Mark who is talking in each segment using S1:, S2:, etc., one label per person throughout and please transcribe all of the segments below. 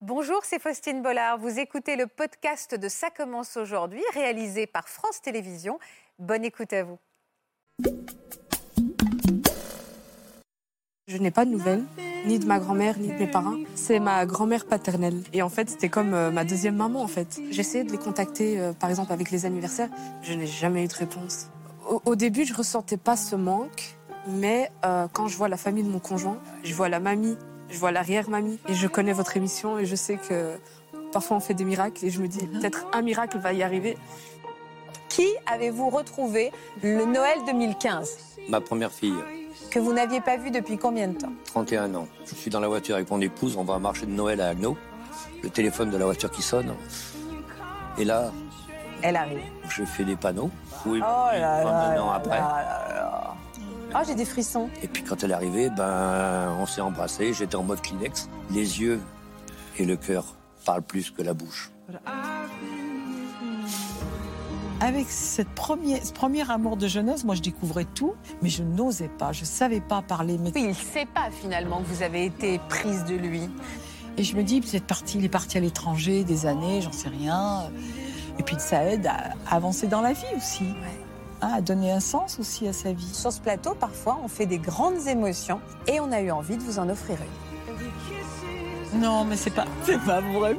S1: Bonjour, c'est Faustine Bollard. Vous écoutez le podcast de Ça commence aujourd'hui, réalisé par France Télévisions. Bonne écoute à vous.
S2: Je n'ai pas de nouvelles, ni de ma grand-mère, ni de mes parents. C'est ma grand-mère paternelle. Et en fait, c'était comme euh, ma deuxième maman, en fait. J'essayais de les contacter, euh, par exemple, avec les anniversaires. Je n'ai jamais eu de réponse. Au, au début, je ressentais pas ce manque, mais euh, quand je vois la famille de mon conjoint, je vois la mamie, je vois l'arrière-mamie, et je connais votre émission, et je sais que parfois on fait des miracles, et je me dis, peut-être un miracle va y arriver.
S3: Qui avez-vous retrouvé le Noël 2015
S4: Ma première fille,
S3: que vous n'aviez pas vu depuis combien de temps
S4: 31 ans. Je suis dans la voiture avec mon épouse, on va à un marché de Noël à Agneau. Le téléphone de la voiture qui sonne. Et là,
S3: Elle arrive.
S4: je fais des panneaux.
S3: Oh
S4: Oui,
S3: là là.
S4: un
S3: là
S4: an après.
S3: là là. Oh, j'ai des frissons.
S4: Et puis quand elle est arrivée, ben, on s'est embrassés. J'étais en mode Kleenex. Les yeux et le cœur parlent plus que la bouche.
S5: Avec cette première, ce premier amour de jeunesse, moi je découvrais tout, mais je n'osais pas, je savais pas parler. Mais...
S1: Oui, il ne sait pas finalement que vous avez été prise de lui.
S5: Et je me dis, peut-être parti, il est parti à l'étranger des années, j'en sais rien. Et puis ça aide à avancer dans la vie aussi, hein, à donner un sens aussi à sa vie.
S3: Sur ce plateau, parfois, on fait des grandes émotions et on a eu envie de vous en offrir une.
S5: Non, mais c'est pas, c'est pas vrai.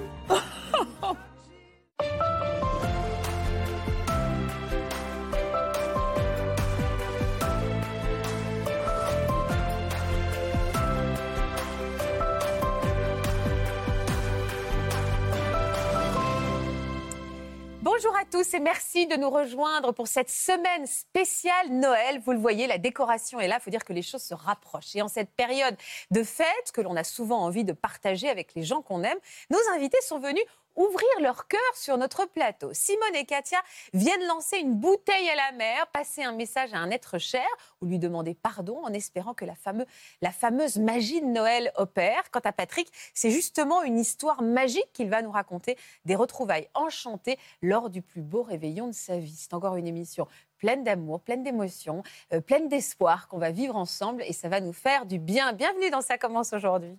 S1: Bonjour à tous et merci de nous rejoindre pour cette semaine spéciale Noël. Vous le voyez, la décoration est là. Il faut dire que les choses se rapprochent. Et en cette période de fête que l'on a souvent envie de partager avec les gens qu'on aime, nos invités sont venus ouvrir leur cœur sur notre plateau. Simone et Katia viennent lancer une bouteille à la mer, passer un message à un être cher ou lui demander pardon en espérant que la, fameux- la fameuse magie de Noël opère. Quant à Patrick, c'est justement une histoire magique qu'il va nous raconter, des retrouvailles enchantées lors du plus beau réveillon de sa vie. C'est encore une émission pleine d'amour, pleine d'émotion, euh, pleine d'espoir qu'on va vivre ensemble et ça va nous faire du bien. Bienvenue dans Ça commence aujourd'hui.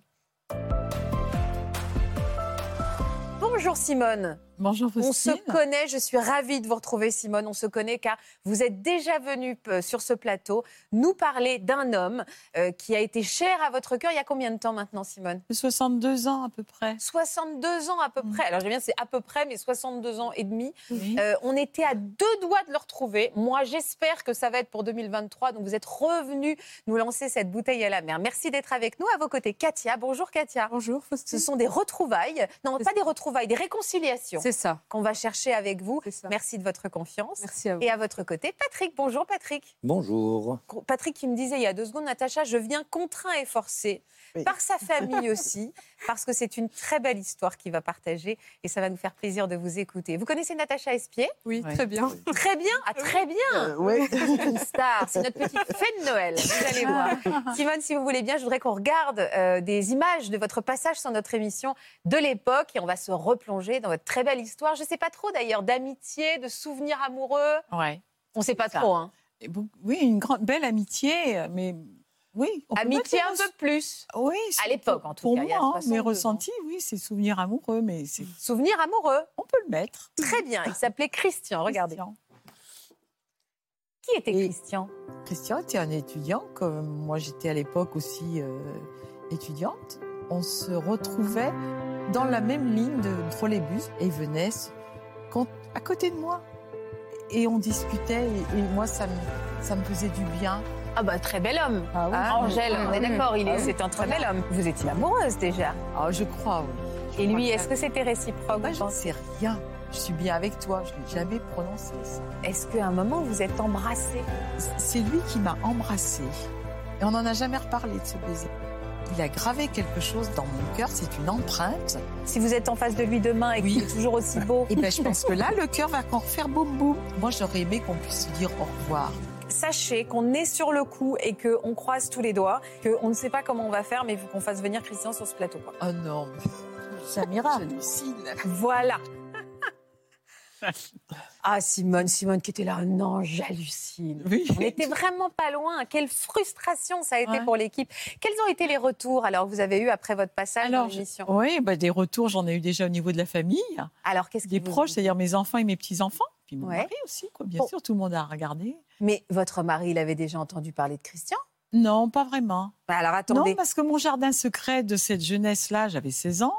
S1: Bonjour Simone.
S5: Bonjour
S1: On se
S5: Faustine.
S1: connaît, je suis ravie de vous retrouver Simone, on se connaît car vous êtes déjà venue p- sur ce plateau nous parler d'un homme euh, qui a été cher à votre cœur il y a combien de temps maintenant Simone
S5: 62 ans à peu près.
S1: 62 ans à peu
S5: Mm.
S1: près, alors je bien c'est à peu près mais 62 ans et demi.
S5: Oui.
S1: Euh, on était à deux doigts de le retrouver, moi j'espère que ça va être pour 2023 donc vous êtes revenu nous lancer cette bouteille à la mer. Merci d'être avec nous, à vos côtés Katia, bonjour Katia.
S2: Bonjour,
S1: Ce
S2: Faustine.
S1: sont des retrouvailles, non pas des retrouvailles, des réconciliations
S2: C'est ça,
S1: qu'on va chercher avec vous.
S2: c'est ça.
S1: Merci de votre confiance.
S2: Merci à vous.
S1: Et à votre côté, Patrick. Bonjour Patrick.
S4: Bonjour.
S1: Gro- Patrick qui me disait il y a deux secondes, Natacha, je viens contraint et forcé
S5: Oui.
S1: par sa famille aussi, parce que c'est une très belle histoire qu'il va partager et ça va nous faire plaisir de vous écouter. Vous connaissez Natacha Espier
S2: Oui,
S5: Ouais.
S2: très bien.
S1: Très bien, ah, très bien.
S6: oui.
S1: C'est une star, c'est notre petite fête de Noël. Vous allez voir. Simone, si vous voulez bien, je voudrais qu'on regarde euh, des images de votre passage sur notre émission de l'époque et on va se replonger dans votre très belle histoire. Je ne sais pas trop d'ailleurs d'amitié, de souvenirs amoureux.
S5: Ouais.
S1: On ne sait pas
S5: Ça.
S1: trop. Hein.
S5: Et bon- oui, une grande, belle amitié, euh, mais oui. on peut
S1: Amitié
S5: mettre
S1: un peu plus.
S5: Oui,
S1: À l'époque, en tout
S5: pour
S1: cas, il y a
S5: moi, hein,
S1: 62
S5: mes
S1: ans.
S5: ressentis, oui, c'est souvenir amoureux, mais c'est-
S1: Souvenir amoureux.
S5: on peut le mettre.
S1: Très bien. Il s'appelait Christian. Regardez.
S5: Christian.
S1: Qui était
S6: Et-
S1: Christian
S6: Christian était un étudiant, comme moi j'étais à l'époque aussi euh, étudiante. On se retrouvait dans la même ligne de trolleybus et il venait se- con- à côté de moi. Et on discutait et, et moi ça me, ça me faisait du bien.
S1: Ah bah très bel homme.
S6: Ah,
S1: Angèle, on est d'accord. Il est,
S6: Ah oui.
S1: c'est un très bel homme. Vous étiez amoureuse déjà.
S6: Ah, je crois, oui.
S1: Et lui, est-ce que c'était réciproque
S6: Moi
S1: vous
S6: j'en
S1: pensez
S6: sais rien. Je suis bien avec toi, je n'ai jamais prononcé ça.
S1: Est-ce qu'à un moment vous êtes embrassés
S6: C'est lui qui m'a embrassée. Et on n'en a jamais reparlé de ce baiser. Il a gravé quelque chose dans mon cœur, c'est une empreinte.
S1: Si vous êtes en face de lui demain et qu'il
S6: Oui.
S1: est toujours aussi beau,
S5: Eh
S6: Et ben je pense que là, le cœur va encore faire boum boum. Moi, j'aurais aimé qu'on puisse se dire au revoir.
S1: sachez qu'on est sur le coup et que on croise tous les doigts, que on ne sait pas comment on va faire, mais il faut qu'on fasse venir Christian sur ce plateau. quoi.
S6: Oh non, mais
S3: Samira.
S6: j'hallucine.
S1: Voilà. Ah, Simone, Simone qui était là, un ange, j'hallucine.
S5: Oui.
S1: On n'était vraiment pas loin. Quelle frustration ça a été
S5: Ouais.
S1: pour l'équipe. Quels ont été les retours alors que vous avez eu après votre passage dans
S5: Alors,
S1: l'émission
S5: Oui, bah, des retours, j'en ai eu déjà au niveau de la famille.
S1: Alors, qu'est-ce
S5: des
S1: qui vous-
S5: proches, c'est-à-dire mes enfants et mes petits-enfants, puis mon
S1: Ouais. Oh.
S5: mari aussi, quoi. bien
S1: Bon.
S5: sûr, tout le monde a regardé.
S1: Mais votre mari, il avait déjà entendu parler de Christian
S5: Non, pas vraiment.
S1: Bah, Alors, attendez.
S5: Non, parce que mon jardin secret de cette jeunesse-là, j'avais 16 ans,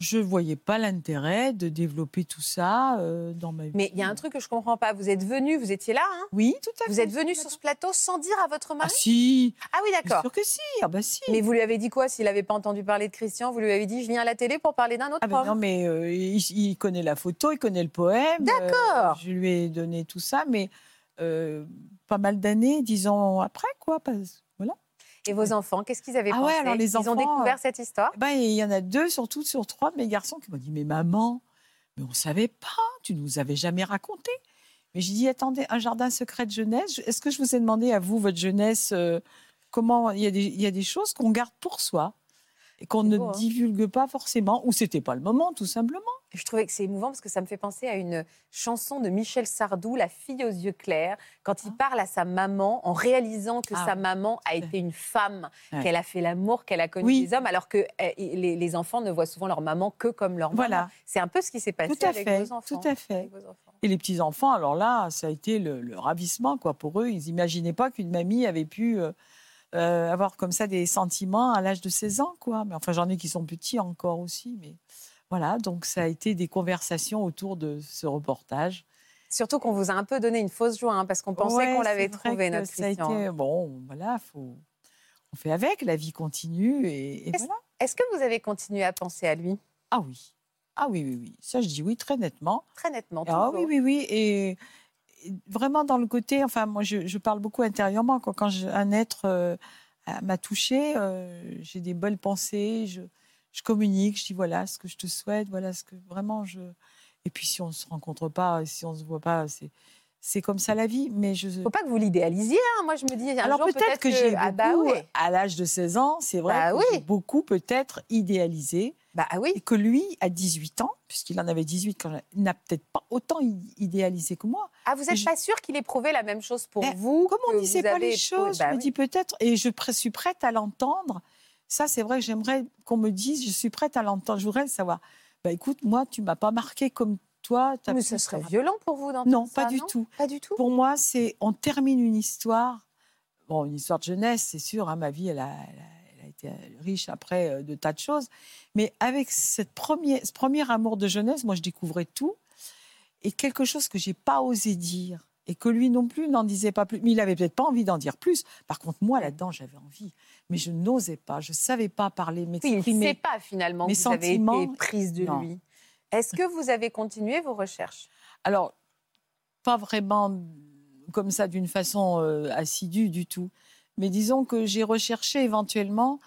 S5: je ne voyais pas l'intérêt de développer tout ça euh, dans ma vie.
S1: Mais il y a un truc que je comprends pas. Vous êtes venu, vous étiez là, hein
S5: Oui, tout à fait.
S1: Vous êtes venu sur ce plateau sans dire à votre
S5: Ah
S1: mari
S5: si,
S1: Ah oui,
S5: bien
S1: d'accord.
S5: sûr que si, ah bah si.
S1: Mais vous lui avez dit quoi s'il n'avait pas entendu parler de Christian Vous lui avez dit je viens à la télé pour parler d'un autre
S5: Ah ben non,
S1: homme.
S5: mais euh, il, il connaît la photo, il connaît le poème.
S1: D'accord.
S5: Euh, je lui ai donné tout ça, mais euh, pas mal d'années, disons, après, quoi. parce- voilà.
S1: Et vos enfants, qu'est-ce qu'ils avaient
S5: Ah ouais,
S1: pensé
S5: alors les
S1: Ils ont
S5: enfants,
S1: découvert
S5: euh,
S1: cette histoire
S5: Eh ben, il y en a deux, surtout sur trois de mes garçons, qui m'ont dit Mais maman, mais on ne savait pas, tu ne nous avais jamais raconté. Mais j'ai dit Attendez, un jardin secret de jeunesse, je- est-ce que je vous ai demandé à vous, votre jeunesse, euh, comment il y, a des- il y a des choses qu'on garde pour soi et qu'on
S1: C'est
S5: ne
S1: beau, hein.
S5: divulgue pas forcément, ou c'était pas le moment, tout simplement.
S1: Je trouvais que c'est émouvant parce que ça me fait penser à une chanson de Michel Sardou, La fille aux yeux clairs, quand il parle à sa maman en réalisant que
S5: Ah
S1: sa
S5: oui,
S1: maman a
S5: à fait.
S1: été une femme,
S5: Ouais.
S1: qu'elle a fait l'amour, qu'elle a connu
S5: Oui.
S1: des hommes, alors que euh, les, les enfants ne voient souvent leur maman que comme leur maman.
S5: Voilà,
S1: bah, C'est un peu ce qui s'est passé
S5: tout à
S1: avec
S5: fait,
S1: vos enfants.
S5: tout à fait.
S1: Avec vos enfants.
S5: Et les petits-enfants, alors là, ça a été le, le ravissement quoi, pour eux. Ils n'imaginaient pas qu'une mamie avait pu euh, euh, avoir comme ça des sentiments à l'âge de 16 ans. Quoi. Mais enfin, j'en ai qui sont petits encore aussi. Mais voilà, donc ça a été des conversations autour de ce reportage.
S1: Surtout qu'on vous a un peu donné une fausse joie, hein, parce qu'on pensait
S5: Ouais,
S1: qu'on
S5: c'est
S1: l'avait
S5: vrai
S1: trouvé,
S5: que
S1: notre
S5: ça a
S1: Christian.
S5: été- euh, bon, voilà, faut, on fait avec, la vie continue. Et, et
S1: Est-ce-
S5: voilà.
S1: Est-ce que vous avez continué à penser à lui
S5: Ah oui, ah oui, oui, oui. Ça, je dis oui très nettement.
S1: Très nettement.
S5: Ah oui,
S1: toujours.
S5: oui, oui. Et et vraiment dans le côté, enfin, moi, je, je parle beaucoup intérieurement. Quoi. Quand je- un être euh, euh, m'a touchée, euh, j'ai des bonnes pensées, je, je communique, je dis voilà ce que je te souhaite, voilà ce que vraiment je. Et puis si on ne se rencontre pas, si on ne se voit pas, c'est. C'est comme ça la vie, mais je.
S1: Faut pas que vous l'idéalisiez. hein. Moi, je me dis. un
S5: Alors
S1: jour,
S5: peut-être que, j'ai
S1: Ah
S5: beaucoup,
S1: bah oui.
S5: à l'âge de 16 ans, c'est vrai,
S1: Bah
S5: que
S1: oui.
S5: j'ai beaucoup peut-être idéalisé
S1: Bah ah oui.
S5: et que lui, à 18 ans, puisqu'il en avait 18 quand j'ai- il n'a peut-être pas autant i- idéalisé que moi.
S1: Ah, vous n'êtes
S5: Je-
S1: pas sûr qu'il ait prouvé la même chose pour
S5: Mais
S1: vous
S5: Comme on
S1: que
S5: ne disait
S1: vous
S5: pas
S1: avez
S5: les
S1: éprouvé
S5: choses,
S1: Bah
S5: je me
S1: oui.
S5: dis peut-être, et je pr- suis prête à l'entendre. Ça, c'est vrai que j'aimerais qu'on me dise, je suis prête à l'entendre. Je voudrais le savoir. Bah, écoute, moi, tu m'as pas marqué comme toi. t'as
S1: Mais
S5: pu-
S1: ce serait violent pour vous d'entendre
S5: Non,
S1: ça,
S5: pas du tout.
S1: Pas du tout.
S5: Pour moi, c'est on termine une histoire. Bon, une histoire de jeunesse, c'est sûr. hein, ma vie, elle a, elle a- elle a été euh, riche après euh, de tas de choses. Mais avec cette premier, ce premier amour de jeunesse, moi, je découvrais tout et quelque chose que j'ai pas osé dire et que lui non plus n'en disait pas plus. Mais il avait peut-être pas envie d'en dire plus. Par contre, moi, là-dedans, j'avais envie, mais je n'osais pas. Je savais pas parler,
S1: Oui, il ne sait
S5: m'exprimer.
S1: pas finalement que
S5: mes
S1: vous avez
S5: sentiments,
S1: été prise de
S5: non.
S1: lui. Est-ce que vous avez continué vos recherches
S5: Alors, pas vraiment comme ça d'une façon euh, assidue du tout. Mais disons que j'ai recherché éventuellement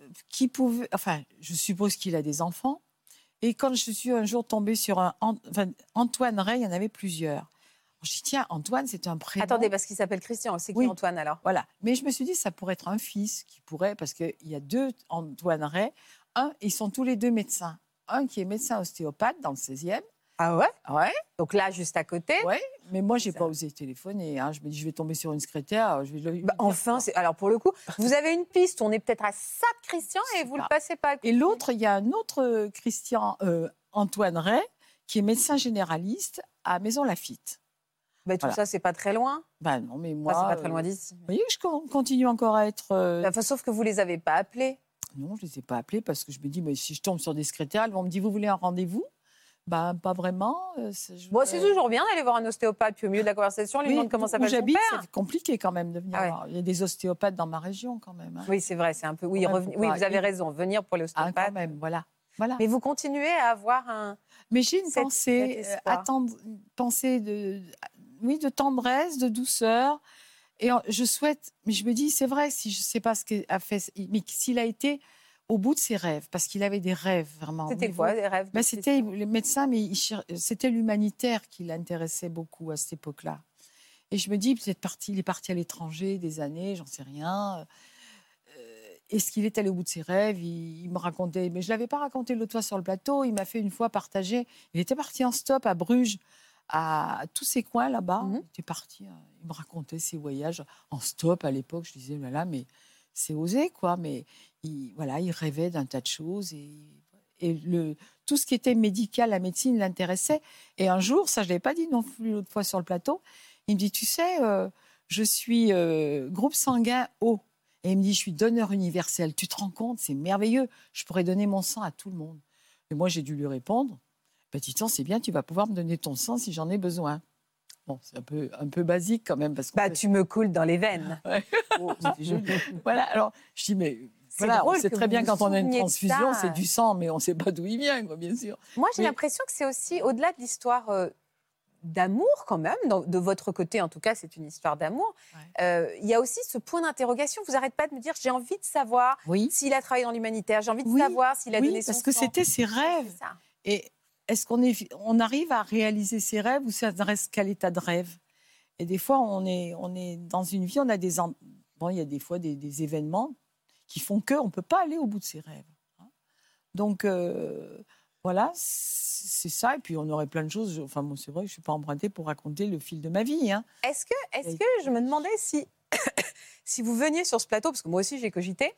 S5: euh, qui pouvait. Enfin, je suppose qu'il a des enfants. Et quand je suis un jour tombée sur un Ant- enfin, Antoine Ray, il y en avait plusieurs. Je dis tiens, Antoine, c'est un prénom.
S1: Attendez, bah- parce qu'il s'appelle Christian. C'est qui
S5: Oui.
S1: Antoine alors
S5: Voilà. Mais je me suis dit, ça pourrait être un fils qui pourrait, parce qu'il y a deux Antoine Ray. Un, ils sont tous les deux médecins. Un qui est médecin ostéopathe dans le 16e.
S1: Ah ouais
S5: Ouais.
S1: Donc là, juste à côté.
S5: Ouais, Mais moi, j'ai
S1: Ça.
S5: pas osé téléphoner. hein. Je me dis, je vais tomber sur une secrétaire. euh, Je vais le-
S1: Bah, enfin, c'est- alors pour le coup, vous avez une piste. On est peut-être à ça de Christian
S5: Je
S1: et
S5: sais
S1: vous le
S5: pas.
S1: passez pas. à côté.
S5: Et l'autre, il y a un autre euh, Christian euh, Antoine Ray, qui est médecin généraliste à Maison Lafitte.
S1: Bah, tout
S5: voilà.
S1: ça, c'est pas très loin.
S5: Ben non, mais moi.
S1: Enfin, Bah, c'est pas très
S5: euh,
S1: loin d'ici.
S5: Vous voyez que je con- continue encore à être. euh,
S1: Enfin, sauf que vous les avez pas appelés.
S5: Non, je ne les ai pas appelés parce que je me dis, mais si je tombe sur des secrétaires, elles vont me dire, vous voulez un rendez-vous Ben, pas vraiment. euh, c'est- je-
S1: Bon, c'est
S5: euh,
S1: toujours bien d'aller voir un ostéopathe, puis au milieu de la conversation, on lui
S5: oui,
S1: demande comment
S5: où
S1: s'appelle son
S5: j'habite,
S1: père.
S5: c'est compliqué quand même de venir
S1: Ah ouais.
S5: voir. Il y a des ostéopathes dans ma région quand même. hein.
S1: Oui, c'est vrai, c'est un peu. Oui,
S5: Quand même,
S1: revenir-
S5: faut
S1: oui,
S5: pas-
S1: vous avez raison, venir pour
S5: Ah,
S1: l'ostéopathe.
S5: quand même, voilà. voilà.
S1: Mais vous continuez à avoir un.
S5: Mais j'ai une
S1: Cet-
S5: pensée,
S1: cet
S5: euh,
S1: espoir.
S5: attendre, une pensée de, oui, de tendresse, de douceur. Et en- je souhaite, mais je me dis, c'est vrai, si je ne sais pas ce qu'a fait, mais s'il a été au bout de ses rêves, parce qu'il avait des rêves vraiment. au
S1: C'était
S5: niveau-
S1: quoi, des rêves de
S5: Ben, C'était
S1: Christian
S5: le médecin, mais il cher- c'était l'humanitaire qui l'intéressait beaucoup à cette époque-là. Et je me dis, peut-être parti, il est parti à l'étranger des années, j'en sais rien. Euh, Est-ce qu'il est allé au bout de ses rêves il, il me racontait, mais je ne l'avais pas raconté l'autre fois sur le plateau. Il m'a fait une fois partager. Il était parti en stop à Bruges, à tous ces coins là-bas.
S1: Mhm.
S5: Il était parti. hein. Il me racontait ses voyages en stop à l'époque. Je disais, oh là là, mais c'est osé, quoi. Mais il, voilà, il rêvait d'un tas de choses et, et le, tout ce qui était médical, la médecine l'intéressait. Et un jour, ça, je l'avais pas dit non plus l'autre fois sur le plateau. Il me dit, tu sais, euh, je suis euh, groupe sanguin O. Et il me dit, je suis donneur universel. Tu te rends compte, c'est merveilleux. Je pourrais donner mon sang à tout le monde. Et moi, j'ai dû lui répondre, petit temps, c'est bien, tu vas pouvoir me donner ton sang si j'en ai besoin. Bon, c'est un peu, un peu basique quand même. Parce que
S1: Bah, tu me coules dans les
S5: Ah,
S1: veines.
S3: Oh,
S5: Voilà, alors je dis, mais
S1: C'est
S5: voilà, on
S1: drôle
S5: sait
S1: que
S5: très
S1: vous
S5: bien
S1: vous
S5: quand on a une
S1: souveniez de
S5: transfusion,
S1: ça.
S5: c'est du sang, mais on ne sait pas d'où il vient, quoi, bien sûr.
S1: Moi, j'ai
S5: Oui.
S1: l'impression que c'est aussi au-delà de l'histoire euh, d'amour, quand même, dans- de votre côté, en tout cas, c'est une histoire d'amour. Euh, Il y a aussi ce point d'interrogation. Vous n'arrêtez pas de me dire j'ai envie de savoir
S5: Oui,
S1: s'il a travaillé dans l'humanitaire, j'ai envie de
S5: Oui,
S1: savoir s'il a donné
S5: oui
S1: son
S5: parce que
S1: sang.
S5: c'était ses
S1: C'est
S5: rêves.
S1: ça.
S5: Et est-ce qu'on est, on arrive à réaliser ses rêves ou ça ne reste qu'à l'état de rêve Et des fois, on est, on est dans une vie, on a des, en- bon, il y a des fois des, des événements qui font que on ne peut pas aller au bout de ses rêves. hein. Donc euh, voilà, c'est ça. Et puis on aurait plein de choses. Enfin, bon, c'est vrai, que je ne suis pas empruntée pour raconter le fil de ma vie. hein.
S1: Est-ce que, est-ce que je me demandais si, si vous veniez sur ce plateau, parce que moi aussi j'ai cogité,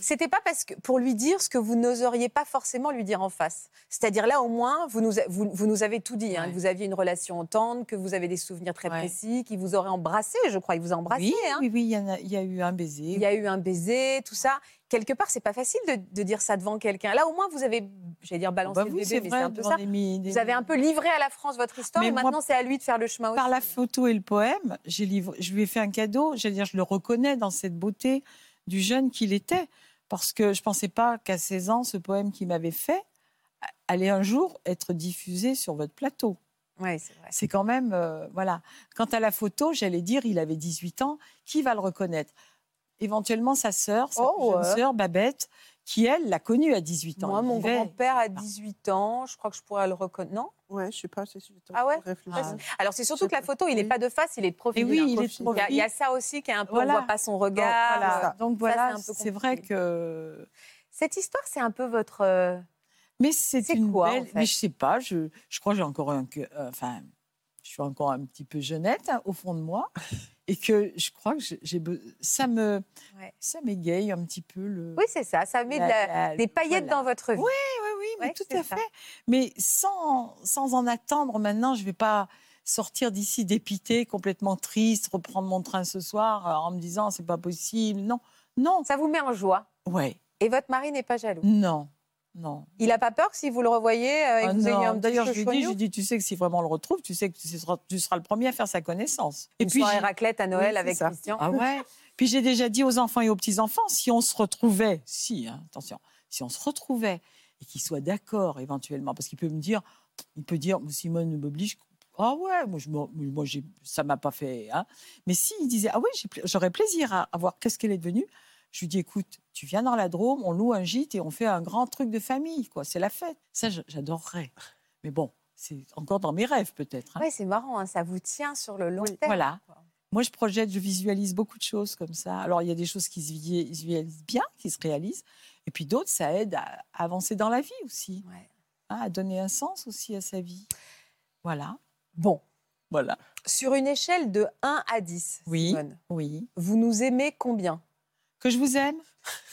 S1: c'était pas parce que pour lui dire ce que vous n'oseriez pas forcément lui dire en face. C'est-à-dire là au moins, vous nous, a- vous, vous nous avez tout dit, hein,
S5: Ouais.
S1: que vous aviez une relation tendre, que vous avez des souvenirs très
S5: Ouais.
S1: précis, qu'il vous aurait embrassé, je crois, il vous a embrassé.
S5: oui,
S1: hein.
S5: oui, oui, il y, en a- il y a eu un baiser.
S1: Il y a eu un baiser, tout ça. Quelque part, c'est pas facile de, de dire ça devant quelqu'un. Là, au moins, vous avez, j'allais dire, balancé
S5: Bah
S1: le
S5: oui,
S1: bébé,
S5: c'est
S1: mais c'est
S5: vrai.
S1: un peu
S5: devant
S1: ça.
S5: des mi- des
S1: Vous avez un peu livré à la France votre histoire,
S5: Mais
S1: et
S5: moi,
S1: maintenant, c'est à lui de faire le chemin aussi.
S5: Par la photo et le poème, j'ai livré- je lui ai fait un cadeau. J'allais dire, je le reconnais dans cette beauté du jeune qu'il était. Parce que je ne pensais pas qu'à 16 ans, ce poème qu'il m'avait fait a- allait un jour être diffusé sur votre plateau.
S1: Ouais, c'est vrai.
S5: C'est quand même. euh, voilà. Quant à la photo, j'allais dire, il avait 18 ans. Qui va le reconnaître Éventuellement sa sœur, sa
S1: Oh,
S5: jeune
S1: ouais.
S5: sœur, Babette, qui, elle, l'a connu à 18 ans.
S1: Moi,
S5: Il
S1: mon
S5: vivait-
S1: grand-père a 18 ans, je crois que je pourrais le reconnaître. Non
S7: Ouais, je sais pas si je vais
S1: Ah ouais
S7: réfléchir.
S5: Ah.
S1: Alors, c'est surtout que la photo, il n'est pas de face, il est de profil.
S5: Et oui,
S1: hein.
S5: il est
S7: profil.
S1: Il y, a, il y a ça aussi qui est un peu, on ne voit
S5: Voilà.
S1: pas son
S5: Donc
S1: regard.
S5: voilà, donc voilà,
S1: c'est un peu
S5: c'est vrai
S1: compliqué.
S5: que
S1: Cette histoire, c'est un peu votre... euh,
S5: Mais c'est
S1: C'est
S5: une
S1: quoi, en
S5: belle.
S1: fait
S5: Mais je sais pas. Je, je crois que j'ai encore un. que- euh, Enfin, je suis encore un petit peu jeunette hein, au fond de moi, et que je crois que j'ai- j'ai. be- Ça me.
S1: Ouais.
S5: Ça m'égaye un petit peu le.
S1: Oui, c'est ça, ça met de la- des paillettes dans votre vie.
S5: Oui, oui, oui, mais
S1: Ouais,
S5: tout
S1: c'est
S5: à
S1: ça.
S5: fait. Mais sans sans en attendre. Maintenant, je vais pas sortir d'ici dépitée, complètement triste, reprendre mon train ce soir euh, en me disant c'est pas possible. Non, non.
S1: Ça vous met en joie.
S5: Ouais.
S1: Et votre mari n'est pas jaloux.
S5: Non, non.
S1: Il n'a pas peur que si vous le revoyez euh, et
S5: Ah
S1: que vous ayez
S5: non,
S1: un petit
S5: D'ailleurs, je lui dis,
S1: chouchouignou,
S5: je lui dis, tu sais que si vraiment on le retrouve, tu sais que tu seras, tu seras le premier à faire sa connaissance. Et
S1: une
S5: puis,
S1: soirée
S5: j'ai-
S1: raclette à Noël
S7: c'est
S1: avec
S7: ça.
S1: Christian.
S5: ah ouais. Puis j'ai déjà dit aux enfants et aux petits enfants, si on se retrouvait, si, hein, attention, si on se retrouvait et qu'ils soient d'accord éventuellement, parce qu'il peut me dire, il peut dire, Simone m'oblige. Ah ouais, moi, je, m'en- moi j'ai, ça m'a pas fait. Hein. Mais s'il disait, ah oui, j'ai pla- j'aurais plaisir à, à voir qu'est-ce qu'elle est devenue, je lui dis, écoute, tu viens dans la Drôme, on loue un gîte et on fait un grand truc de famille, quoi. C'est la fête. Ça, je- j'adorerais. Mais bon, c'est encore dans mes rêves peut-être. hein.
S1: Oui, c'est marrant, hein, ça vous tient sur le long terme.
S5: Voilà.
S1: quoi.
S5: Moi, je projette, je visualise beaucoup de choses comme ça. Alors, il y a des choses qui se vi- visualisent bien, qui se réalisent. Et puis d'autres, ça aide à avancer dans la vie aussi,
S1: Ouais.
S5: hein, à donner un sens aussi à sa vie. Voilà.
S1: Bon,
S5: Voilà.
S1: sur une échelle de 1 à 10,
S5: Oui.
S1: Simone,
S5: Oui.
S1: vous nous aimez combien
S5: Que je vous aime.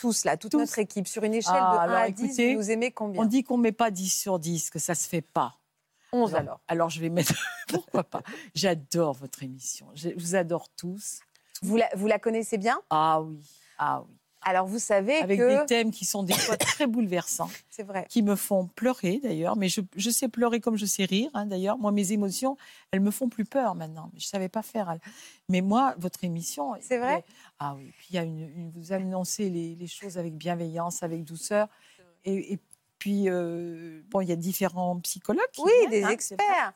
S1: Tous, là, toute
S5: Tous.
S1: notre équipe, sur une échelle
S5: Ah,
S1: de 1 à
S5: alors,
S1: 10,
S5: écoutez,
S1: vous nous aimez
S5: On
S1: combien
S5: dit qu'on ne met pas 10 sur 10, que ça ne se fait pas.
S1: 11 alors.
S5: Alors, je vais mettre. Pourquoi pas J'adore votre émission. Je vous adore tous.
S1: Vous la, vous la connaissez bien
S5: Ah oui. Ah oui.
S1: Alors, vous savez
S5: Avec
S1: que...
S5: des thèmes qui sont des fois très bouleversants.
S1: C'est vrai.
S5: qui me font pleurer d'ailleurs, mais je, je sais pleurer comme je sais rire hein, d'ailleurs. Moi, mes émotions, elles me font plus peur maintenant. Je ne savais pas faire. Mais moi, votre émission.
S1: C'est vrai
S5: Ah oui, puis il y a une, une- vous annoncez les, les choses avec bienveillance, avec douceur. Et, et puis, euh, bon, il y a différents psychologues. qui
S1: Oui,
S5: viennent,
S1: des
S5: hein, c'est vrai.
S1: experts.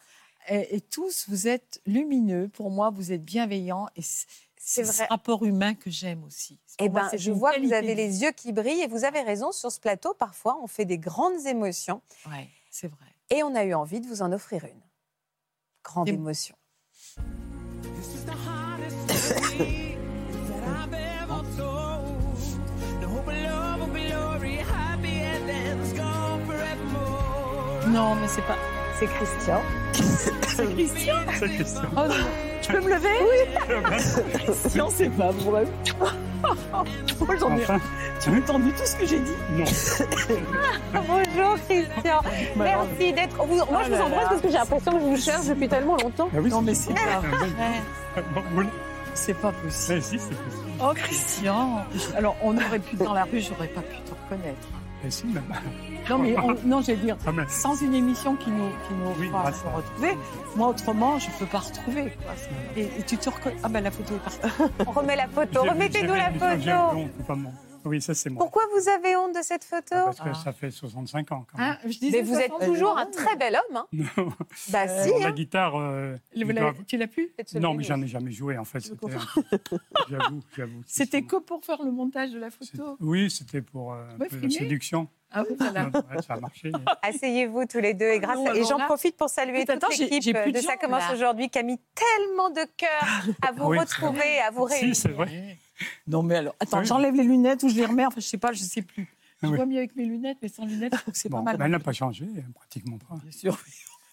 S5: Et, et tous, vous êtes lumineux. Pour moi, vous êtes bienveillants. Et c-
S1: C'est
S5: c'est ce
S1: vrai.
S5: rapport humain que j'aime aussi.
S1: Eh
S5: Pour moi,
S1: ben,
S5: c'est
S1: je
S5: une
S1: vois que vous
S5: qualité
S1: avez
S5: de vie.
S1: les yeux qui brillent et vous avez raison, sur ce plateau, parfois, on fait des grandes émotions
S5: Ouais, c'est vrai.
S1: et on a eu envie de vous en offrir une. Grande
S5: Et-
S1: émotion.
S8: This is the hardest thing that I've ever told. No
S5: Non, mais c'est pas.
S3: C'est Christian.
S5: Oh non.
S3: Je peux me lever
S5: Christian, c'est pas vrai. Moi, j'en ai.
S7: Enfin,
S5: Tu as entendu tout ce que j'ai dit
S7: non.
S1: Bonjour Christian.
S5: Bah,
S1: Merci d'être. vous- Moi,
S5: Oh
S1: je vous
S5: là
S1: embrasse
S5: là.
S1: parce que j'ai l'impression que je vous cherche depuis tellement longtemps.
S7: Ah oui,
S5: Non, mais c'est pas vrai.
S7: Voilà.
S5: C'est pas possible.
S7: Ça, si, c'est possible.
S5: Oh, Christian. Alors, on aurait pu dans la rue, j'aurais pas pu te reconnaître.
S7: Eh, si, même.
S5: Non, mais on- non, je veux dire,
S7: Ah, mais-
S5: sans une émission qui nous, qui nous
S7: Oui,
S5: fera
S7: grâce
S5: se
S7: à-
S5: retrouver, moi, autrement, je peux pas retrouver. quoi. Et, et tu te reconnais. Ah, ben la photo est partie.
S1: On remet la photo.
S7: J'ai-
S1: Remettez-nous
S7: j'ai-
S1: la
S7: j'ai- j'ai-
S1: photo.
S7: non, totalement. Oui, ça, c'est moi. Ah,
S1: Pourquoi vous avez honte de cette photo
S7: Parce que
S5: Ah.
S7: ça fait 65 ans, quand même.
S5: Hein, je disais
S1: Mais vous êtes
S5: 60.
S1: toujours un très bel homme. hein.
S7: Non.
S1: Bah
S5: Euh,
S1: si.
S7: Pour la
S1: hein.
S7: guitare. euh,
S5: Vous
S7: je
S5: l'avez-
S7: dois-
S5: Tu l'as pu
S7: Non, mais j'en ai jamais joué, en fait. C'était un peu- J'avoue, j'avoue.
S5: C'était que pour faire le montage de la
S7: C'est-
S5: photo.
S7: Oui, c'était pour euh, un
S5: Ouais,
S7: peu la
S5: frimer.
S7: séduction.
S5: Ah oui, voilà.
S7: Ouais, ça a marché.
S5: Ah,
S1: Asseyez-vous tous les deux et grâce
S5: Non,
S1: à- et
S5: alors
S1: j'en
S5: là-
S1: profite pour saluer
S5: Mais
S1: toute
S5: attends, j'ai- j'ai
S1: l'équipe
S5: plus
S1: de,
S5: de
S1: ça
S5: jambes,
S1: commence
S5: là. Ah,
S1: aujourd'hui qui a mis tellement de cœur à vous
S7: Oui, c'est
S1: retrouver, à vous
S7: Si,
S1: réunir.
S7: c'est vrai.
S5: Non, mais alors, attends,
S7: Oui.
S5: j'enlève les lunettes ou je les remets, enfin, je sais pas, je sais plus. Ah Je
S7: Oui.
S5: vois mieux avec mes lunettes, mais sans lunettes, je trouve que c'est
S7: Bon,
S5: pas
S7: ben, elle
S5: mal.
S7: n'a pas changé, pratiquement pas.
S5: Bien sûr.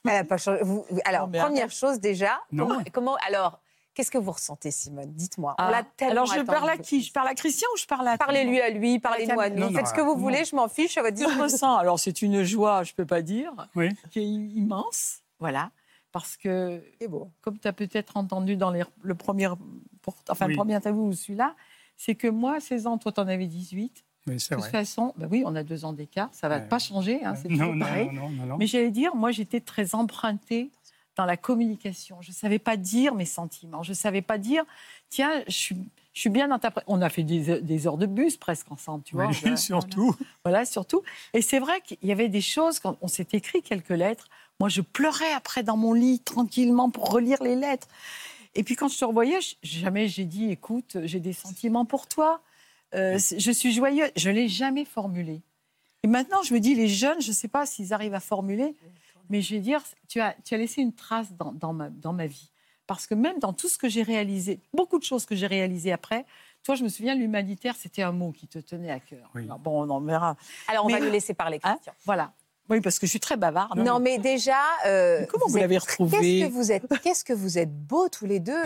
S1: Elle a pas changé. Vous- vous- alors,
S5: Non, mais
S1: première chose déjà,
S7: Non.
S1: comment, comment- alors, qu'est-ce que vous ressentez, Simone Dites-moi. On
S5: Ah.
S1: l'a tellement
S5: Alors, je
S1: attendu.
S5: parle à qui Je parle à Christian ou je parle à.
S1: Parlez-lui à lui, parlez-nous à
S5: Camille.
S1: nous.
S7: Non, non,
S1: Faites ce que vous
S7: non.
S1: voulez, je m'en fiche, à votre
S5: Je ressens. Alors, c'est une joie, je peux pas dire,
S7: Oui.
S5: qui est immense. Voilà. Parce que, comme tu as peut-être entendu dans les- le premier, pour- enfin,
S7: Oui.
S5: le premier interview ou celui-là, c'est que moi, 16 ans, toi, tu en avais 18.
S7: Oui, c'est
S5: De toute
S7: vrai.
S5: façon, ben oui, on a deux ans d'écart, ça va
S7: Ouais.
S5: pas changer, hein, c'est
S7: non,
S5: toujours pareil.
S7: non, non, non, non.
S5: Mais j'allais dire, moi, j'étais très empruntée dans la communication. Je ne savais pas dire mes sentiments. Je ne savais pas dire, tiens, je suis, je suis bien dans ta... pré- On a fait des, des heures de bus presque ensemble, tu vois.
S7: Oui,
S5: Voilà.
S7: surtout.
S5: Voilà, surtout. Et c'est vrai qu'il y avait des choses, quand on s'est écrit quelques lettres, moi, je pleurais après dans mon lit, tranquillement, pour relire les lettres. Et puis, quand je te revoyais, je- jamais j'ai dit, écoute, j'ai des sentiments pour toi. Euh, c'est- je suis joyeuse. Je ne l'ai jamais formulé. Et maintenant, je me dis, les jeunes, je ne sais pas s'ils arrivent à formuler, mais je vais dire, tu as, tu as laissé une trace dans, dans ma, dans ma vie. Parce que même dans tout ce que j'ai réalisé, beaucoup de choses que j'ai réalisées après, toi, je me souviens, l'humanitaire, c'était un mot qui te tenait à cœur.
S7: Oui.
S5: Alors, bon, on en verra.
S1: Alors, on
S5: Mais-
S1: va nous laisser parler,
S5: Hein
S1: Christian.
S5: voilà. Oui, parce que je suis très bavarde. hein.
S1: non, mais déjà. euh,
S5: Ah bah Mais comment vous
S1: êtes-
S5: l'avez
S1: Qu'est-ce que
S5: retrouvé
S1: vous êtes Qu'est-ce que vous êtes beaux tous les deux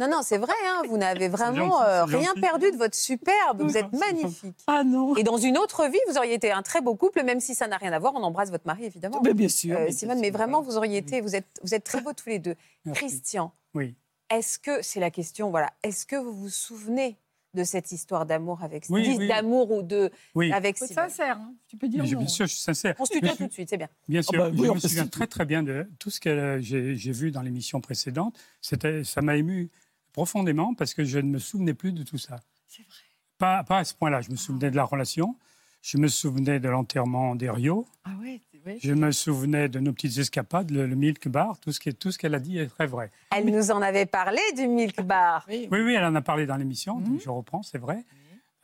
S1: Non, non, c'est vrai. hein, vous n'avez vraiment
S7: gentil, c'est
S1: euh, rien
S7: gentil.
S1: perdu de votre superbe. Vous
S7: Oui,
S1: êtes
S7: c'est
S1: magnifique.
S5: Ah non.
S1: Et dans une autre vie, vous auriez été un très beau couple, même si ça n'a rien à voir. On embrasse votre mari, évidemment.
S5: Mais bien sûr.
S1: Euh,
S5: mais bien
S1: Simone,
S5: sûr.
S1: mais vraiment, vous auriez été. Vous êtes, vous êtes très beaux tous les deux.
S7: Merci.
S1: Christian,
S7: Oui.
S1: est-ce que c'est la question Voilà. Est-ce que vous vous souvenez de cette histoire d'amour avec
S7: Oui,
S1: Dis-
S7: oui.
S1: d'amour ou de
S7: Oui,
S1: avec
S5: Faut être
S1: Simone
S5: sincère, hein. tu peux dire
S7: mais je-
S5: non.
S7: bien sûr, je suis sincère.
S1: On se tutoie tout de suite, c'est bien.
S7: Bien
S5: Ah
S7: sûr,
S5: bah oui,
S7: je
S5: en
S7: me
S5: fait,
S7: souviens
S5: c'est-
S7: très très bien de tout ce que euh, j'ai j'ai vu dans l'émission précédente. C'était- Ça m'a ému profondément parce que je ne me souvenais plus de tout ça.
S5: C'est vrai.
S7: Pas, pas à ce point-là. Je me souvenais de la relation, je me souvenais de l'enterrement des Rio,
S5: Ah ouais, c'est- ouais.
S7: je me souvenais de nos petites escapades, le, le milk bar, tout ce qui- tout ce qu'elle a dit est très vrai.
S1: Elle nous en avait parlé du milk bar.
S5: Oui,
S7: Oui, oui, elle en a parlé dans l'émission, donc
S5: Mhm.
S7: je reprends, c'est vrai.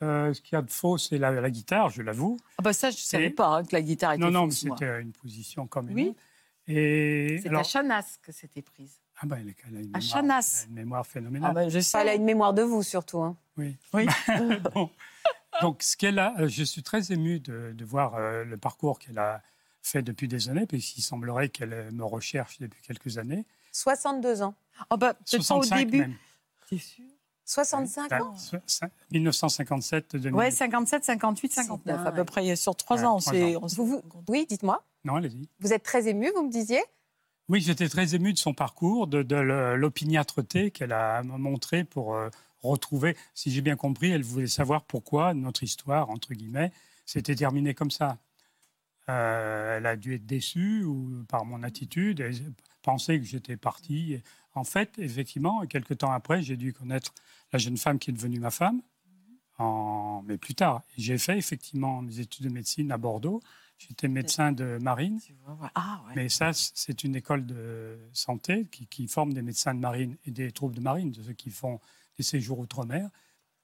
S7: Euh, ce qu'il y a de faux, c'est la, la guitare, je l'avoue.
S5: Ah bah ça, je ne savais
S7: Et-
S5: pas hein, que la guitare était
S7: Non, non, mais
S5: fausse, moi.
S7: c'était une position comme une
S5: Oui.
S7: autre. Et
S5: C'est à
S7: alors,
S5: Chanas que c'était prise.
S7: ah ben, elle a- elle a une
S5: à
S7: mémoire-
S5: Chanas.
S7: elle a une mémoire phénoménale.
S5: Ah bah, je sais.
S1: Elle a une mémoire de vous surtout. hein.
S7: Oui.
S5: Oui.
S7: Bon.
S5: bah.
S7: Donc, ce qu'elle a, euh, je suis très ému de, de voir euh, le parcours qu'elle a fait depuis des années, puisqu'il semblerait qu'elle euh, me recherche depuis quelques années.
S1: 62 ans.
S5: Ah bah, peut-être pas au
S7: 65
S5: début.
S7: même.
S5: T'es sûr
S1: 65 ans.
S7: Ouais, so- cin- 1957, 2000.
S5: Ouais, 57, 58,
S1: C'est
S5: 59, à
S1: dingue.
S5: peu près sur trois
S7: Ouais,
S5: ans. On
S7: euh, trois
S5: s'est-
S7: ans.
S5: on s'est
S1: Vous, vous-
S5: rencontrés.
S1: oui, dites-moi.
S7: Non, allez-y.
S1: Vous êtes très ému, vous me disiez
S7: Oui, j'étais très ému de son parcours, de, de le- l'opiniâtreté qu'elle a montrée pour euh, retrouver. Si j'ai bien compris, elle voulait savoir pourquoi notre histoire, entre guillemets, s'était terminée comme ça. Euh, elle a dû être déçue ou, par mon attitude, elle pensait que j'étais parti. En fait, effectivement, quelques temps après, j'ai dû connaître la jeune femme qui est devenue ma femme, en- mais plus tard. J'ai fait effectivement mes études de médecine à Bordeaux. J'étais médecin de marine.
S5: Tu vois, voilà. Ah ouais.
S7: Mais ça, c- c'est une école de santé qui, qui forme des médecins de marine et des troupes de marine, de ceux qui font des séjours outre-mer,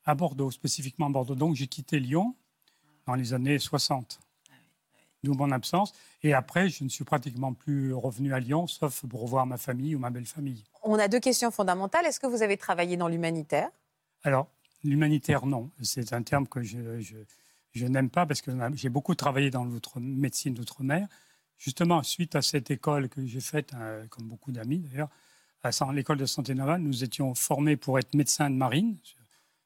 S7: à Bordeaux, spécifiquement à Bordeaux. Donc j'ai quitté Lyon dans les années 60, d'où mon absence. Et après, je ne suis pratiquement plus revenu à Lyon, sauf pour revoir ma famille ou ma belle-famille.
S1: On a deux questions fondamentales. Est-ce que vous avez travaillé dans l'humanitaire
S7: Alors, l'humanitaire, non. C'est un terme que je, je- je n'aime pas parce que j'ai beaucoup travaillé dans l'outre- médecine d'outre-mer. justement, suite à cette école que j'ai faite, euh, comme beaucoup d'amis d'ailleurs, à San- l'école de santé navale, nous étions formés pour être médecins de marine,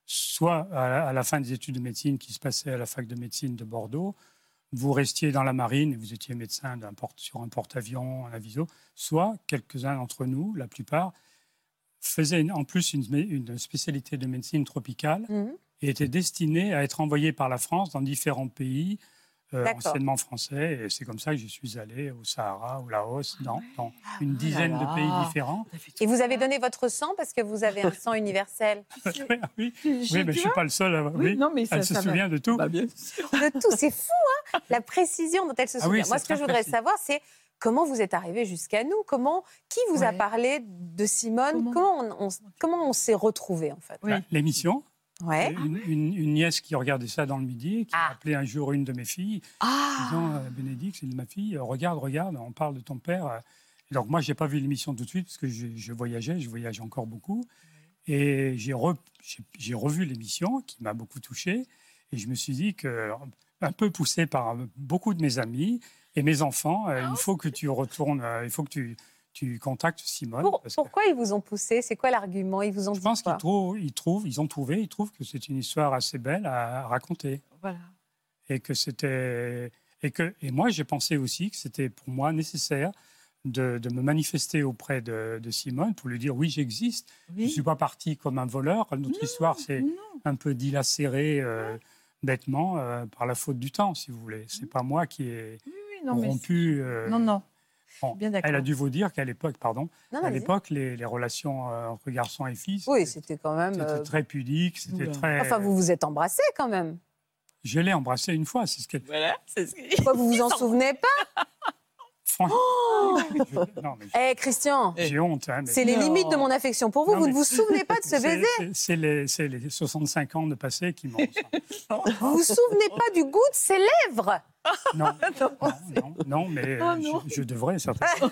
S7: soit à la- à la fin des études de médecine qui se passaient à la fac de médecine de Bordeaux, vous restiez dans la marine et vous étiez médecin d'un porte- sur un porte-avions, un aviso, soit quelques-uns d'entre nous, la plupart, faisaient une- en plus une, mé- une spécialité de médecine tropicale
S1: Mhm.
S7: et étaient destinés à être envoyés par la France dans différents pays, euh,
S1: D'accord.
S7: anciennement français. Et c'est comme ça que je suis allé au Sahara, au Laos,
S5: Ah
S7: dans, dans une dizaine de pays différents.
S1: Et vous avez donné votre sang parce que vous avez un sang universel
S7: oui, oui, oui, mais je ne suis pas le seul. à-
S5: Oui,
S7: oui.
S5: non, mais ça,
S7: Elle se
S5: ça va.
S7: souvient de tout.
S5: Bah, bien sûr.
S1: de tout. C'est fou, hein La précision dont elle se
S7: Ah
S1: souvient.
S7: oui,
S1: Moi,
S7: c'est
S1: ce que je
S7: très
S1: voudrais
S7: précis.
S1: savoir, c'est comment vous êtes arrivé jusqu'à nous. Comment, qui vous a
S6: Ouais.
S1: parlé de Simone
S5: Comment-
S1: Comment on, on- comment on s'est retrouvés en fait
S5: Oui.
S7: Bah, L'émission,
S1: Ouais.
S7: une, une- une nièce qui regardait ça dans le midi, et qui
S1: Ah.
S7: a appelé un jour une de mes filles, disant euh, Bénédicte, c'est de ma fille, euh, regarde, regarde, on parle de ton père. euh. Et donc moi, j'ai pas vu l'émission tout de suite parce que je, je voyageais, je voyage encore beaucoup, et j'ai re- j'ai- j'ai revu l'émission qui m'a beaucoup touché, et je me suis dit que euh, un peu poussé par euh, beaucoup de mes amis et mes enfants, euh,
S1: Ah,
S7: il faut que tu retournes, euh, il faut que tu, tu contactes Simone.
S1: Pour-
S7: parce que-
S1: pourquoi ils vous ont poussé C'est quoi l'argument Ils vous ont
S7: je
S1: dit
S7: pense qu'ils
S1: quoi
S7: trouvent, ils trouvent, ils ont trouvé, ils trouvent que c'est une histoire assez belle à raconter
S5: Voilà.
S7: et que c'était et que et moi j'ai pensé aussi que c'était pour moi nécessaire de, de me manifester auprès de, de Simone pour lui dire oui j'existe, je
S5: Oui.
S7: suis pas parti comme un voleur. Notre histoire c'est
S5: non.
S7: un peu dilacérée euh, bêtement euh, par la faute du temps si vous voulez. C'est pas moi qui ai
S5: Oui, non, mais-
S7: rompu. euh,
S5: non, Ah, non.
S7: bon.
S5: Bien d'accord.
S7: Elle a dû vous dire qu'à l'époque, pardon,
S1: Non,
S7: à
S1: vas-y.
S7: l'époque, les, les relations euh, entre garçons et filles,
S1: Oui,
S7: c'était-
S1: c'était quand même.
S7: c'était
S1: euh,
S7: très pudique, c'était
S5: Oula.
S7: très.
S1: Enfin, vous vous êtes embrassés quand même.
S7: Je l'ai embrassée une fois, c'est ce qu'elle.
S5: Voilà, c'est ce que-
S1: Pourquoi vous vous en souvenez pas
S7: Franchement. Je- non, mais
S1: Eh, Christian,
S7: j'ai honte. hein, mais-
S1: c'est les
S5: Non.
S1: limites de mon affection pour vous.
S7: Non,
S1: vous ne
S7: mais-
S1: vous souvenez pas de ce
S7: c'est-
S1: baiser.
S7: c'est- C'est les, c'est les 65 ans de passé qui m'ont.
S1: Vous vous souvenez pas du goût de ses lèvres.
S7: Non, non, non, non, mais euh,
S5: Oh, non.
S7: Je, je devrais, certainement.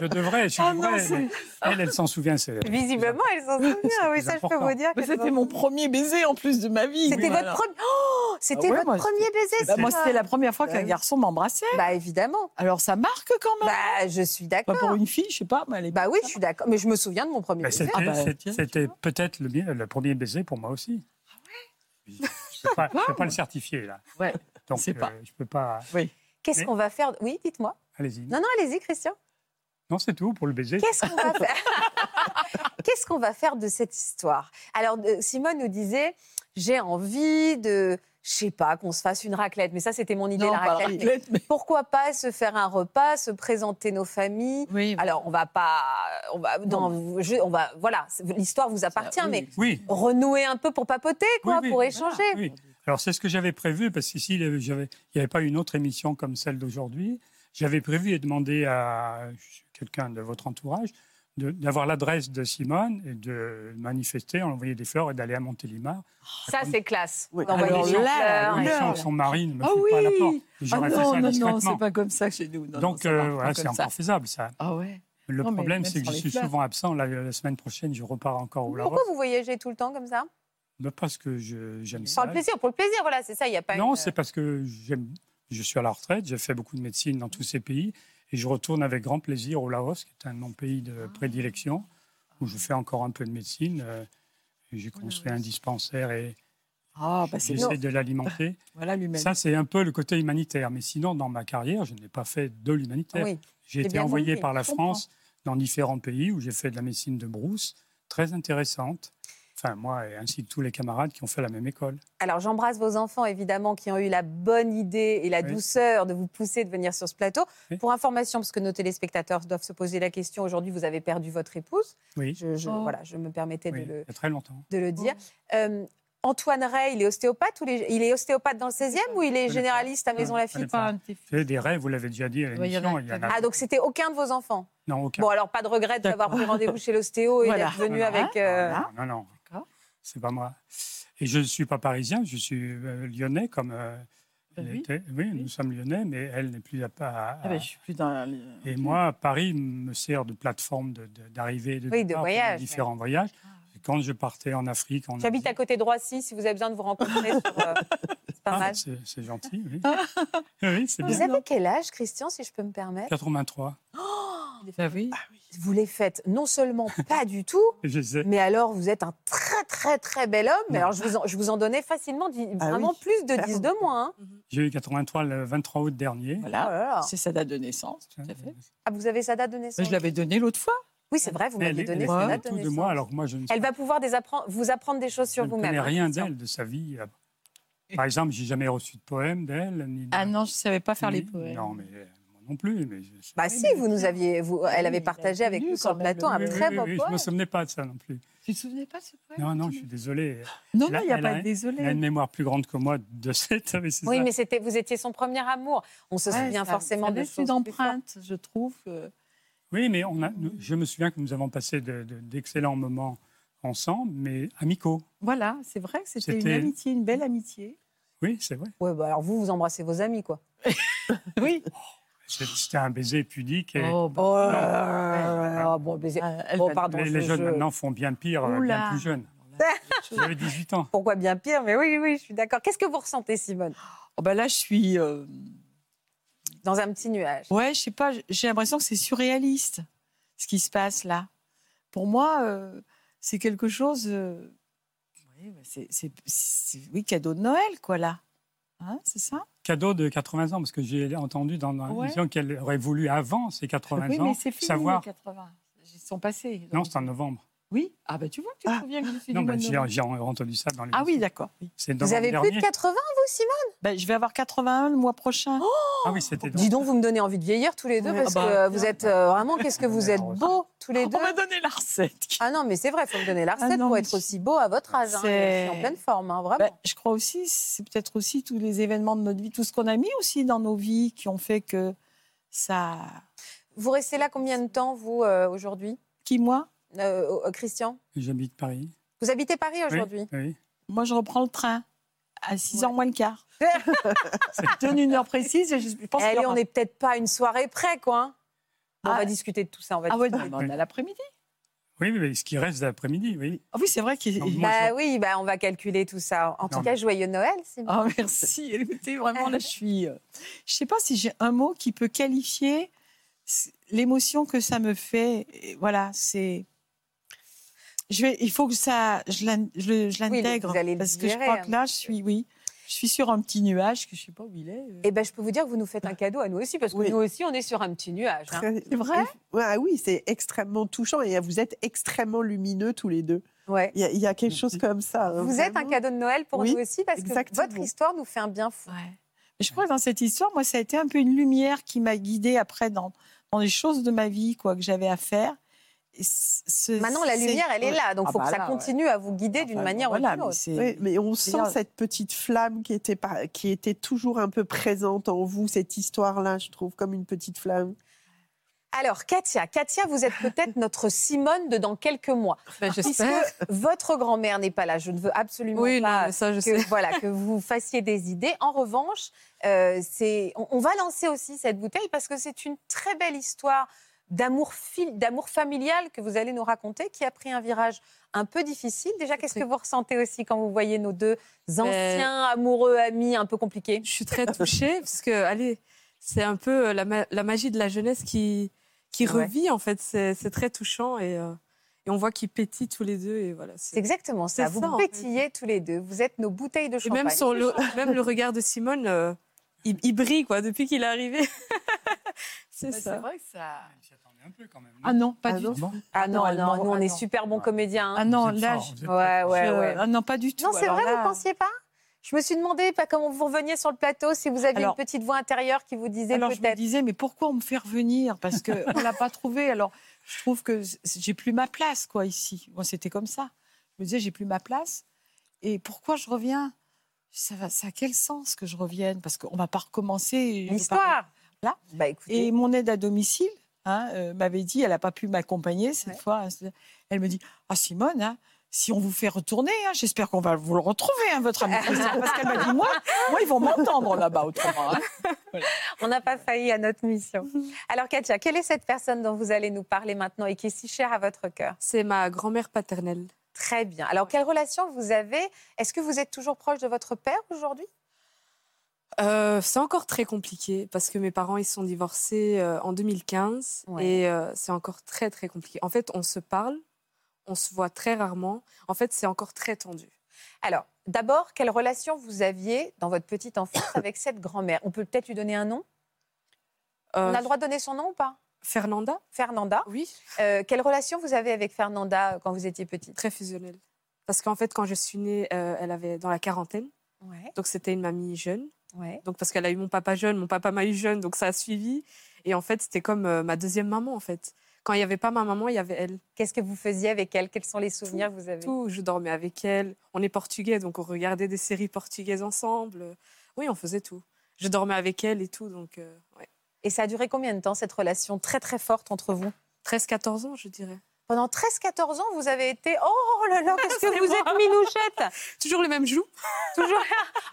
S7: je devrais, je
S5: Oh, non,
S7: devrais.
S5: c'est-
S7: mais elle, elle s'en souvient, c'est.
S1: Visiblement, elles s'en souviennent. Oui,
S7: plus
S1: ça, je peux
S7: important.
S1: vous dire.
S5: Mais
S1: qu'elles
S5: Ah, C'était
S1: s'en
S5: mon premier baiser en plus de ma vie.
S1: C'était
S5: Oui,
S1: votre
S5: voilà.
S1: premier. Oh, c'était
S5: Ah ouais,
S1: votre
S5: moi,
S1: premier baiser.
S5: Bah,
S1: c'est
S5: moi,
S1: ça
S5: c'était la première fois
S1: Bah
S5: qu'un
S1: oui.
S5: garçon m'embrassait.
S1: Bah évidemment.
S5: Alors, ça marque quand même.
S1: Bah je suis
S5: Pas
S1: d'accord.
S5: pour une fille, je sais pas, mais elle est
S1: Bah oui, je suis d'accord. Mais je me souviens de mon premier
S7: Mais
S1: baiser.
S7: C'était
S5: Ah, bah,
S7: c'est-
S5: tiens,
S7: c'était peut-être le, mien- le premier baiser pour moi aussi. Ah ouais Je ne peux, pas- je peux pas le certifier, là.
S5: Ouais,
S7: Donc,
S5: c'est pas.
S7: euh, je peux pas.
S1: Qu'est-ce qu'on va faire Oui, dites-moi.
S7: Allez-y.
S5: Mmh.
S1: Non, non, allez-y, Christian.
S7: Non, c'est tout pour le baiser.
S1: Qu'est-ce qu'on va faire Qu'est-ce qu'on va faire de cette histoire Alors euh, Simone nous disait j'ai envie de, je sais pas, qu'on se fasse une raclette. Mais ça, c'était mon idée
S5: Non,
S1: la
S5: pas la
S1: raclette. Mais
S5: raclette, mais-
S1: pourquoi pas se faire un repas, se présenter nos familles
S5: Oui,
S1: Alors, on va pas. On va, dans- je- on va, voilà, c'est- l'histoire vous appartient,
S5: Ah, oui.
S1: mais
S7: Oui.
S1: renouer un peu pour papoter, quoi,
S7: Oui, oui,
S1: pour
S7: voilà,
S1: échanger.
S7: oui.
S5: Ah
S7: Alors, c'est ce que j'avais prévu, parce qu'ici, il n'y avait pas une autre émission comme celle d'aujourd'hui. J'avais prévu et demandé à quelqu'un de votre entourage de- d'avoir l'adresse de Simone et de manifester, on envoyait des fleurs et d'aller à Montélimar.
S1: Ça, c'est classe.
S5: Oui.
S1: D'envoyer
S5: Alors
S1: des gens
S5: là,
S1: fleurs.
S5: oui.
S7: Condition
S5: fleurs.
S7: que son mari ne me
S5: Ah
S7: foute pas à la
S5: oui.
S7: porte. Et
S5: Ah
S7: J'aurais fait
S5: non,
S7: ça
S5: non, non,
S7: discrètement.
S5: c'est pas comme ça chez nous. Non, non,
S7: Donc,
S5: ça
S7: euh,
S5: marche pas
S7: voilà, c'est
S5: comme ça.
S7: encore faisable, ça.
S5: Ah ouais.
S7: Le
S5: Non, mais
S7: problème,
S5: même
S7: c'est que
S5: sans
S7: je
S5: les
S7: suis
S5: fleurs.
S7: souvent absent. La, la semaine prochaine, je repars encore au Laos.
S1: Pourquoi vous voyagez tout le temps comme ça
S7: Bah, Parce que je- j'aime ça.
S1: Pour le plaisir, pour le plaisir, voilà, c'est ça, il n'y a pas
S7: Non,
S1: une- euh,
S7: c'est parce que j'aime- je suis à la retraite, j'ai fait beaucoup de médecine dans tous ces pays et je retourne avec grand plaisir au Laos, qui est un de mon pays de
S1: Ah.
S7: prédilection, où je fais encore un peu de médecine. euh, et J'ai construit un dispensaire et
S5: Ah, bah c'est
S7: j'essaie de l'alimenter.
S5: Voilà lui-même.
S7: Ça, c'est un peu le côté humanitaire. Mais sinon, dans ma carrière, je n'ai pas fait de l'humanitaire.
S1: Oui. J'ai
S7: J'ai été
S1: bien
S7: envoyé
S1: compris,
S7: par la
S1: je comprends.
S7: France dans différents pays où j'ai fait de la médecine de brousse, très intéressante. Enfin, moi, et ainsi que tous les camarades qui ont fait la même école.
S1: Alors, j'embrasse vos enfants, évidemment, qui ont eu la bonne idée et la
S7: Oui.
S1: douceur de vous pousser de venir sur ce plateau.
S7: Oui.
S1: Pour information, parce que nos téléspectateurs doivent se poser la question, aujourd'hui, vous avez perdu votre épouse.
S7: Oui,
S1: Je, je-
S5: Oh.
S1: voilà, je me permettais
S7: oui,
S1: de le,
S7: il y a très longtemps.
S1: de le dire. Euh, Antoine Rey, il est ostéopathe ou il est- il est ostéopathe dans le 16e ou il est
S7: pas.
S1: généraliste à Maison
S7: Je
S1: la
S7: connais
S1: Fille
S7: pas. C'est des rêves, vous l'avez déjà dit à
S5: Oui, il y en a
S7: l'émission. il y en a-
S1: Ah, donc c'était aucun de vos enfants
S7: Non, aucun.
S1: Bon, alors pas de regret d'avoir pris rendez-vous chez l'ostéo et
S5: Voilà.
S1: d'être venu
S7: Voilà.
S1: avec. euh,
S5: Voilà.
S7: Ah, Non, non. non.
S5: D'accord.
S7: C'est pas moi. Et je ne suis pas parisien, je suis euh, lyonnais comme. euh,
S5: Ben
S7: il
S5: oui.
S7: était. oui, nous sommes lyonnais, mais elle n'est plus à. à-
S5: Ah, bah, je suis plus dans. la-
S7: Et moi, Paris me sert de plateforme de- de- d'arrivée et de
S1: Oui, de
S7: départ pour mes
S1: voyage,
S7: différents voyages. Et quand je partais en Afrique, en
S1: J'habite à côté de Roissy, si vous avez besoin de vous rencontrer. sur, euh, c'est pas
S7: Ah,
S1: mal.
S7: c'est c'est gentil, oui. oui, c'est
S1: Vous
S7: bien.
S1: avez quel âge, Christian, si je peux me permettre
S7: 83,
S6: Bah oui.
S5: Ah,
S1: Vous les faites non seulement pas du tout,
S7: je sais.
S1: mais alors vous êtes un très très très bel homme. Mais
S7: Non.
S1: alors je vous en, je vous en donnais facilement dix-
S5: Ah oui.
S1: vraiment plus de 10 de moins. hein.
S7: J'ai eu 83 le 23 août dernier.
S1: Oh
S5: Voilà,
S1: là là.
S5: c'est sa date de naissance, tout à fait.
S1: Ah, vous avez sa date de
S5: Mais
S7: Bah,
S1: naissance
S5: je l'avais donnée l'autre fois.
S1: Oui, c'est vrai, vous
S7: Elle,
S1: m'avez
S7: elle
S1: donné
S7: est
S1: sa
S7: en
S1: date de
S7: dessous de
S1: naissance.
S7: moi, alors que moi, je ne sais
S1: Elle va pouvoir des appren- vous apprendre des choses sur
S7: je ne
S1: vous-même.
S7: connais
S1: hein,
S7: rien
S1: Christian.
S7: d'elle, de sa vie. Par exemple, j'ai jamais reçu de poème d'elle. ni de-
S6: Ah non, je ne savais pas faire les
S7: ni-
S6: poèmes.
S7: Non, mais euh, moi non plus. Mais je- je-
S1: Bah si, vous nous aviez, vous, elle avait partagé avec nous sur le plateau un
S7: Oui,
S1: très
S7: oui,
S1: beau
S7: oui, Je ne me
S1: poème.
S7: souvenais pas de ça non plus.
S6: Tu ne te souvenais pas de ce poème
S7: Non, non, je suis désolé.
S5: Non,
S7: Là,
S5: non, il n'y a
S7: elle
S5: pas
S7: a-
S5: de désolé.
S7: Elle a une mémoire plus grande que moi de cette. Mais c'est
S1: Oui,
S7: ça.
S1: mais c'était, vous étiez son premier amour. On se souvient forcément de
S6: des
S1: choses.
S6: choses
S1: plus fortes.
S6: d'empreinte, je trouve. euh,
S7: Oui, mais on a, nous- je me souviens que nous avons passé de- de- d'excellents moments ensemble, mais amicaux.
S6: Voilà, c'est vrai que c'était une
S7: C'était-
S6: amitié, une belle amitié.
S7: Oui, c'est vrai.
S1: Ouais, bah alors vous, vous embrassez vos amis, quoi.
S6: Oui.
S7: C'est- C'était un baiser pudique. Et
S6: Oh, bah,
S1: Oh, euh, bon, baiser.
S6: euh, elle
S1: Bon,
S6: va-
S1: pardon.
S7: les,
S1: je-
S7: les jeunes
S1: je-
S7: maintenant font bien pire, euh,
S6: Oula.
S7: bien plus jeunes. J'avais 18 ans.
S1: Pourquoi bien pire Mais oui, oui, je suis d'accord. Qu'est-ce que vous ressentez, Simone
S5: Oh, bah là, je suis. euh,
S1: Dans un petit nuage.
S5: Ouais, je sais pas, j'ai l'impression que c'est surréaliste ce qui se passe là. Pour moi, euh, c'est quelque chose. euh, ouais, bah, c'est, c'est- c'est- oui, cadeau de Noël, quoi, là. Hein, c'est ça
S7: Cadeau de 80 ans, parce que j'ai entendu dans la
S5: Ouais.
S7: vision qu'elle aurait voulu avant ses 80
S6: Oui,
S7: ans
S6: mais c'est fini,
S7: savoir.
S6: les 80. Ils sont passés.
S7: Non,
S6: donc.
S7: c'est en novembre.
S6: Oui. Ah, bah tu vois que tu te souviens que je suis
S7: Non,
S6: du
S7: bah,
S6: mois de
S7: j'ai
S6: novembre.
S7: j'ai entendu ça dans les.
S5: Ah oui, d'accord. oui.
S7: C'est
S1: Vous
S7: novembre
S1: avez plus de
S7: dernier.
S1: 80, vous, Simone
S5: Bah, je vais avoir 81 le mois prochain.
S6: Oh,
S7: Ah oui, c'était.
S1: Dis donc, vous me donnez envie de vieillir tous les deux,
S5: Ouais,
S1: parce
S5: ah bah,
S1: que vous êtes euh, vraiment, qu'est-ce que vous êtes beaux tous les deux.
S5: On m'a donné la recette.
S1: Ah non, mais c'est vrai, il faut me donner la
S5: Ah
S1: recette
S5: non,
S1: pour
S5: mais
S1: être
S5: je-
S1: aussi beau à votre âge. hein.
S5: C'est-
S1: Je suis en pleine forme, hein, vraiment.
S5: Bah, je crois aussi, c'est peut-être aussi tous les événements de notre vie, tout ce qu'on a mis aussi dans nos vies qui ont fait que ça.
S1: Vous restez là combien de temps, vous, euh, aujourd'hui,
S5: Qui, moi
S1: Euh, euh, Christian
S7: J'habite Paris.
S1: Vous habitez Paris
S7: Oui,
S1: aujourd'hui
S7: oui.
S5: Moi, je reprends le train à 6h
S1: Ouais.
S5: moins le quart. je donne une heure précise et je je pense
S1: Eh,
S5: qu'il y
S1: Allez,
S5: aura-
S1: on n'est peut-être pas à une soirée près, quoi. hein. Bon, on
S5: Ah.
S1: va discuter de tout ça, on va
S5: Ah ouais,
S1: discuter.
S5: mais on a l'après-midi.
S7: Oui, mais ce qui reste d'après-midi, oui.
S5: Ah oui, c'est vrai qu'il
S7: Non, moi-
S1: Bah oui, bah on va calculer tout ça. En tout
S7: Non,
S1: cas,
S7: mais-
S1: joyeux Noël, Simon.
S5: Ah merci. Écoutez, vraiment là, je suis. euh, Je sais pas si j'ai un mot qui peut qualifier c- l'émotion que ça me fait. Et Voilà, c'est. Je vais. Il faut que ça. Je l'in- je le- je
S1: Oui,
S5: l'intègre
S1: vous allez le
S5: parce que je
S1: digérer,
S5: crois
S1: hein,
S5: que là, je suis. Oui, je suis sur un petit nuage que je sais pas où il est. euh.
S1: Eh ben, je peux vous dire que vous nous faites un cadeau à nous aussi, parce que
S8: Oui.
S1: nous aussi, on est sur un petit nuage. hein.
S8: Très-
S5: C'est vrai
S8: Ouais, ah oui, c'est extrêmement touchant et vous êtes extrêmement lumineux tous les deux.
S1: Ouais.
S8: Il y a, il y a quelque chose comme ça. hein,
S1: Mhm. Vous êtes un
S8: vraiment.
S1: cadeau de Noël pour
S8: Oui,
S1: nous aussi, parce
S8: exactement.
S1: que votre histoire nous fait un bien fou.
S5: Ouais. Mais Je crois que dans cette histoire, moi, ça a été un peu une lumière qui m'a guidée après dans, dans les choses de ma vie, quoi, que j'avais à faire. Et c- ce-
S1: Maintenant, la
S5: Euh, c'est-
S1: lumière, elle est là, donc il
S5: Ah
S1: faut
S5: bah
S1: que ça
S5: là, ouais.
S1: continue à vous
S2: Ah
S1: guider d'une
S2: bah
S5: Enfin,
S1: manière
S5: voilà,
S1: ou d'une
S5: mais
S1: autre.
S5: c'est-
S8: Oui, mais on sent
S5: C'est-à-dire-
S8: cette petite flamme qui était, par- qui était toujours un peu présente en vous, cette histoire-là, je trouve, comme une petite flamme.
S1: Alors, Katia, Katia, vous êtes peut-être notre Simone de dans quelques mois.
S5: Bah,
S1: Puisque
S2: j'espère.
S1: votre grand-mère n'est pas là, je ne veux absolument
S2: Oui, non,
S1: pas
S2: mais ça, je sais.
S1: que, voilà, que vous fassiez des idées. En revanche, euh, c'est- on, on va lancer aussi cette bouteille parce que c'est une très belle histoire d'amour fil- d'amour familial que vous allez nous raconter qui a pris un virage un peu difficile. Déjà, qu'est-ce que vous ressentez aussi quand vous voyez nos deux anciens amoureux amis un peu compliqués
S2: Je suis très touchée parce que, allez, c'est un peu euh, la, ma- la magie de la jeunesse qui, qui
S1: Ouais.
S2: revit, en fait. C'est c'est très touchant et, euh, et on voit qu'ils pétillent tous les deux. Et voilà,
S1: C'est
S2: c'est-
S1: exactement ça.
S2: C'est
S1: Vous
S2: ça, en fait.
S1: pétillez tous les deux. Vous êtes nos bouteilles de
S2: et
S1: champagne.
S2: même, sur le, même le regard de Simone, euh, il, il brille, quoi, depuis qu'il est arrivé. Bah, c'est
S6: Bah, C'est
S2: ça.
S6: vrai que ça.
S7: J'y attendais un peu quand même.
S5: Ah non, pas
S8: Ah
S5: du
S8: non.
S5: tout.
S7: Ah bon
S1: Ah non,
S5: Ah non,
S1: non,
S5: elle
S1: nous,
S5: ment-
S1: on
S5: ah
S1: est
S5: non.
S1: super bons comédiens. hein.
S5: Ah non,
S7: Vous êtes
S5: là,
S7: forts,
S5: je-
S7: vous êtes
S1: Ouais,
S7: forts.
S1: ouais,
S5: je-
S1: ouais.
S5: ah non, pas du tout.
S1: Non, c'est
S5: Alors
S1: vrai, vous
S5: là, euh,
S1: ne pensiez pas Je me suis demandé pas comment vous reveniez sur le plateau, si vous aviez
S5: Alors-
S1: une petite voix intérieure qui vous disait
S5: Alors je me
S1: peut-être.
S5: disais, mais pourquoi on me fait revenir Parce que on l'a pas trouvé. Alors je trouve que c- j'ai plus ma place, quoi, ici. Moi, c'était comme ça. Je me disais, j'ai plus ma place. Et pourquoi je reviens ça, va, ça a quel sens que je revienne Parce qu'on va pas recommencer. et je vais pas-
S1: L'histoire
S5: Là.
S1: Bah écoutez,
S5: Et mon aide à domicile hein, euh, m'avait dit, elle n'a pas pu m'accompagner cette
S1: Ouais.
S5: fois. hein, Elle me dit, ah Simone, hein, si on vous fait retourner, hein, j'espère qu'on va vous le retrouver, hein, votre ami. Christian. Parce qu'elle m'a dit, moi, moi, ils vont m'entendre là-bas autrement. hein.
S1: on n'a pas failli à notre mission. Alors Katia, quelle est cette personne dont vous allez nous parler maintenant et qui est si chère à votre cœur
S2: C'est ma grand-mère paternelle.
S1: Très bien. Alors, quelle relation vous avez Est-ce que vous êtes toujours proche de votre père aujourd'hui
S2: Euh, c'est encore très compliqué parce que mes parents ils se sont divorcés euh, en 2015
S1: Ouais.
S2: et euh, c'est encore très très compliqué. En fait, on se parle, on se voit très rarement. En fait, c'est encore très tendu.
S1: Alors, d'abord, quelle relation vous aviez dans votre petite enfance avec cette grand-mère On peut peut-être lui donner un nom
S2: Euh,
S1: On a le droit de donner son nom ou pas
S2: Fernanda,
S1: Fernanda.
S2: oui,
S1: Euh, quelle relation vous avez avec Fernanda euh, quand vous étiez petite
S2: très fusionnelle. Parce qu'en fait, quand je suis née, euh, elle avait dans la quarantaine,
S1: Ouais,
S2: donc c'était une mamie jeune.
S1: ouais.
S2: Donc parce qu'elle a eu mon papa jeune, mon papa m'a eu jeune, donc ça a suivi. Et en fait, c'était comme euh, ma deuxième maman en fait. Quand il n'y avait pas ma maman, il y avait elle.
S1: Qu'est-ce que vous faisiez avec elle Quels sont les souvenirs que vous avez
S2: tout. Je dormais avec elle. On est portugais, donc on regardait des séries portugaises ensemble. Oui, on faisait tout. Je dormais avec elle et tout, donc euh, ouais.
S1: Et ça a duré combien de temps, cette relation très très forte entre vous
S2: 13-14 ans, je dirais.
S1: Pendant 13-14 ans, vous avez été... Oh là là, qu'est-ce que vous êtes minouchette
S2: Toujours les mêmes joues.
S1: Toujours...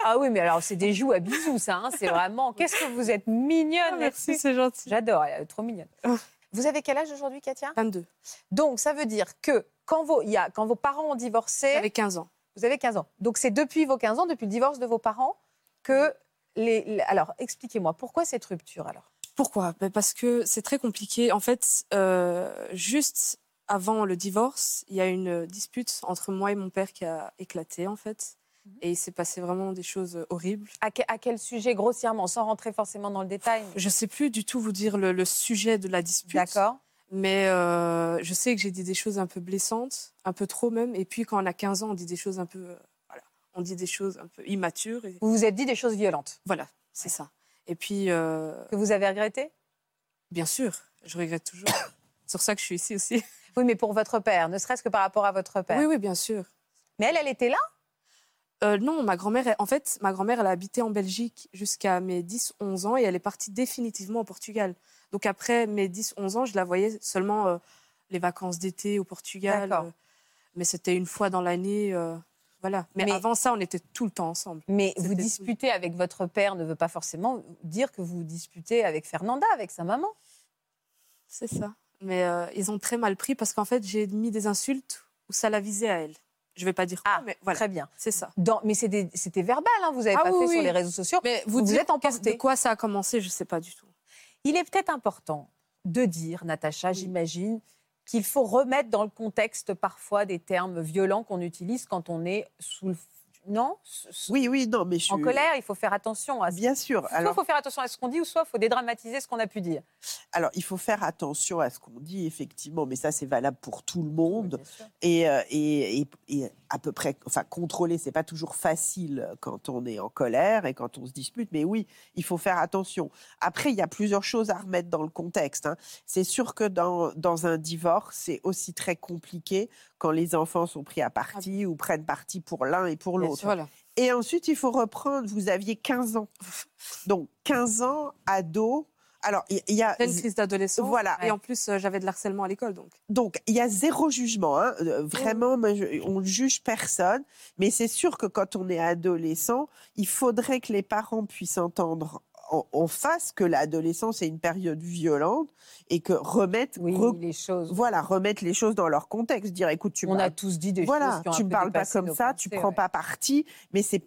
S1: Ah oui, mais alors c'est des joues à bisous, ça. hein, C'est vraiment... Qu'est-ce que vous êtes mignonne
S2: Ah, Merci,
S1: là-dessus.
S2: c'est gentil.
S1: J'adore, elle est trop mignonne.
S2: Oh.
S1: Vous avez quel âge aujourd'hui, Katia
S2: 22.
S1: Donc, ça veut dire que quand vos, il y a- quand vos parents ont divorcé,
S2: J'avais 15 ans.
S1: vous avez 15 ans. Donc, c'est depuis vos 15 ans, depuis le divorce de vos parents, que les. les- alors, expliquez-moi, pourquoi cette rupture alors
S2: Pourquoi Ben, Parce que c'est très compliqué. En fait, euh, juste avant le divorce, il y a une dispute entre moi et mon père qui a éclaté, en fait. Et il s'est passé vraiment des choses horribles.
S1: à, que- à quel sujet, grossièrement, sans rentrer forcément dans le détail mais-
S2: Je sais plus du tout vous dire le, le sujet de la dispute.
S1: D'accord
S2: Mais euh, je sais que j'ai dit des choses un peu blessantes, un peu trop même. Et puis quand on a 15 ans, on dit des choses un peu, euh, voilà, on dit des choses un peu immatures. Et
S1: Vous vous êtes dit des choses violentes
S2: voilà, c'est ça. Et puis, euh,
S1: que vous avez regrettées
S2: bien sûr, je regrette toujours. C'est pour ça que je suis ici aussi.
S1: Oui, mais pour votre père, ne serait-ce que par rapport à votre père.
S2: Oui, oui, bien sûr.
S1: Mais elle, elle était là
S2: Euh, non, ma grand-mère, elle- en fait, ma grand-mère, elle a habité en Belgique jusqu'à mes 10-11 ans et elle est partie définitivement au Portugal. Donc après mes 10-11 ans, je la voyais seulement euh, les vacances d'été au Portugal.
S1: D'accord.
S2: euh, mais c'était une fois dans l'année. euh, voilà. Mais,
S1: Mais-
S2: avant ça, on était tout le temps ensemble.
S1: Mais
S2: C'était
S1: vous
S2: tout.
S1: disputez avec votre père ne veut pas forcément dire que vous disputez avec Fernanda, avec sa maman.
S2: C'est ça. Mais euh, ils ont très mal pris parce qu'en fait, j'ai mis des insultes où ça la visait à elle. Je vais pas dire quoi,
S1: Ah,
S2: mais voilà.
S1: Très bien.
S2: C'est ça.
S1: Dans- mais c'est des- c'était verbal, hein, vous n'avez
S2: Ah
S1: pas
S2: oui,
S1: fait sur
S2: oui.
S1: les réseaux sociaux.
S2: Mais
S1: vous
S2: dire
S1: êtes emporté.
S2: qu'est-ce- De quoi ça a commencé, je sais pas du tout.
S1: Il est peut-être important de dire, Natacha, j'imagine, qu'il faut remettre dans le contexte parfois des termes violents qu'on utilise quand on est sous le... Non S- s-
S8: Oui, oui, non, mais je suis...
S1: En colère, il faut faire attention à ce
S8: Bien sûr.
S1: Soit il
S8: Alors,
S1: faut faire attention à ce qu'on dit, ou soit il faut dédramatiser ce qu'on a pu dire.
S8: alors, il faut faire attention à ce qu'on dit, effectivement, mais ça, c'est valable pour tout le
S1: Oui,
S8: monde.
S1: bien sûr.
S8: Et, euh, et, et- et à peu près, enfin, contrôler, c'est pas toujours facile euh, quand on est en colère et quand on se dispute, mais oui, il faut faire attention. Après, il y a plusieurs choses à remettre dans le contexte. hein. C'est sûr que dans, dans un divorce, c'est aussi très compliqué quand les enfants sont pris à partie ou prennent parti pour l'un et pour l'autre.
S2: Voilà.
S8: Et ensuite, il faut reprendre, vous aviez 15 ans. Donc, 15 ans, ado. Alors, il il y a.
S2: Pleine crise d'adolescence.
S8: Voilà.
S2: Et en plus, euh, j'avais de l'harcèlement à l'école, donc.
S8: Donc, il y a zéro jugement. hein. Euh, Vraiment, moi, je- on ne juge personne. Mais c'est sûr que quand on est adolescent, il faudrait que les parents puissent entendre en, en face que l'adolescence est une période violente et que remettre,
S1: Oui,
S8: re-
S1: les choses.
S8: voilà, remettre les choses dans leur contexte. Dire, écoute, tu
S1: on
S8: m'as
S1: a tous dit des
S8: voilà,
S1: choses qui ont un
S8: tu ne
S1: peu
S8: parles pas
S1: dépassé
S8: comme
S1: nos
S8: ça, tu
S1: pensées,
S8: prends
S1: ouais.
S8: pas parti, mais c'est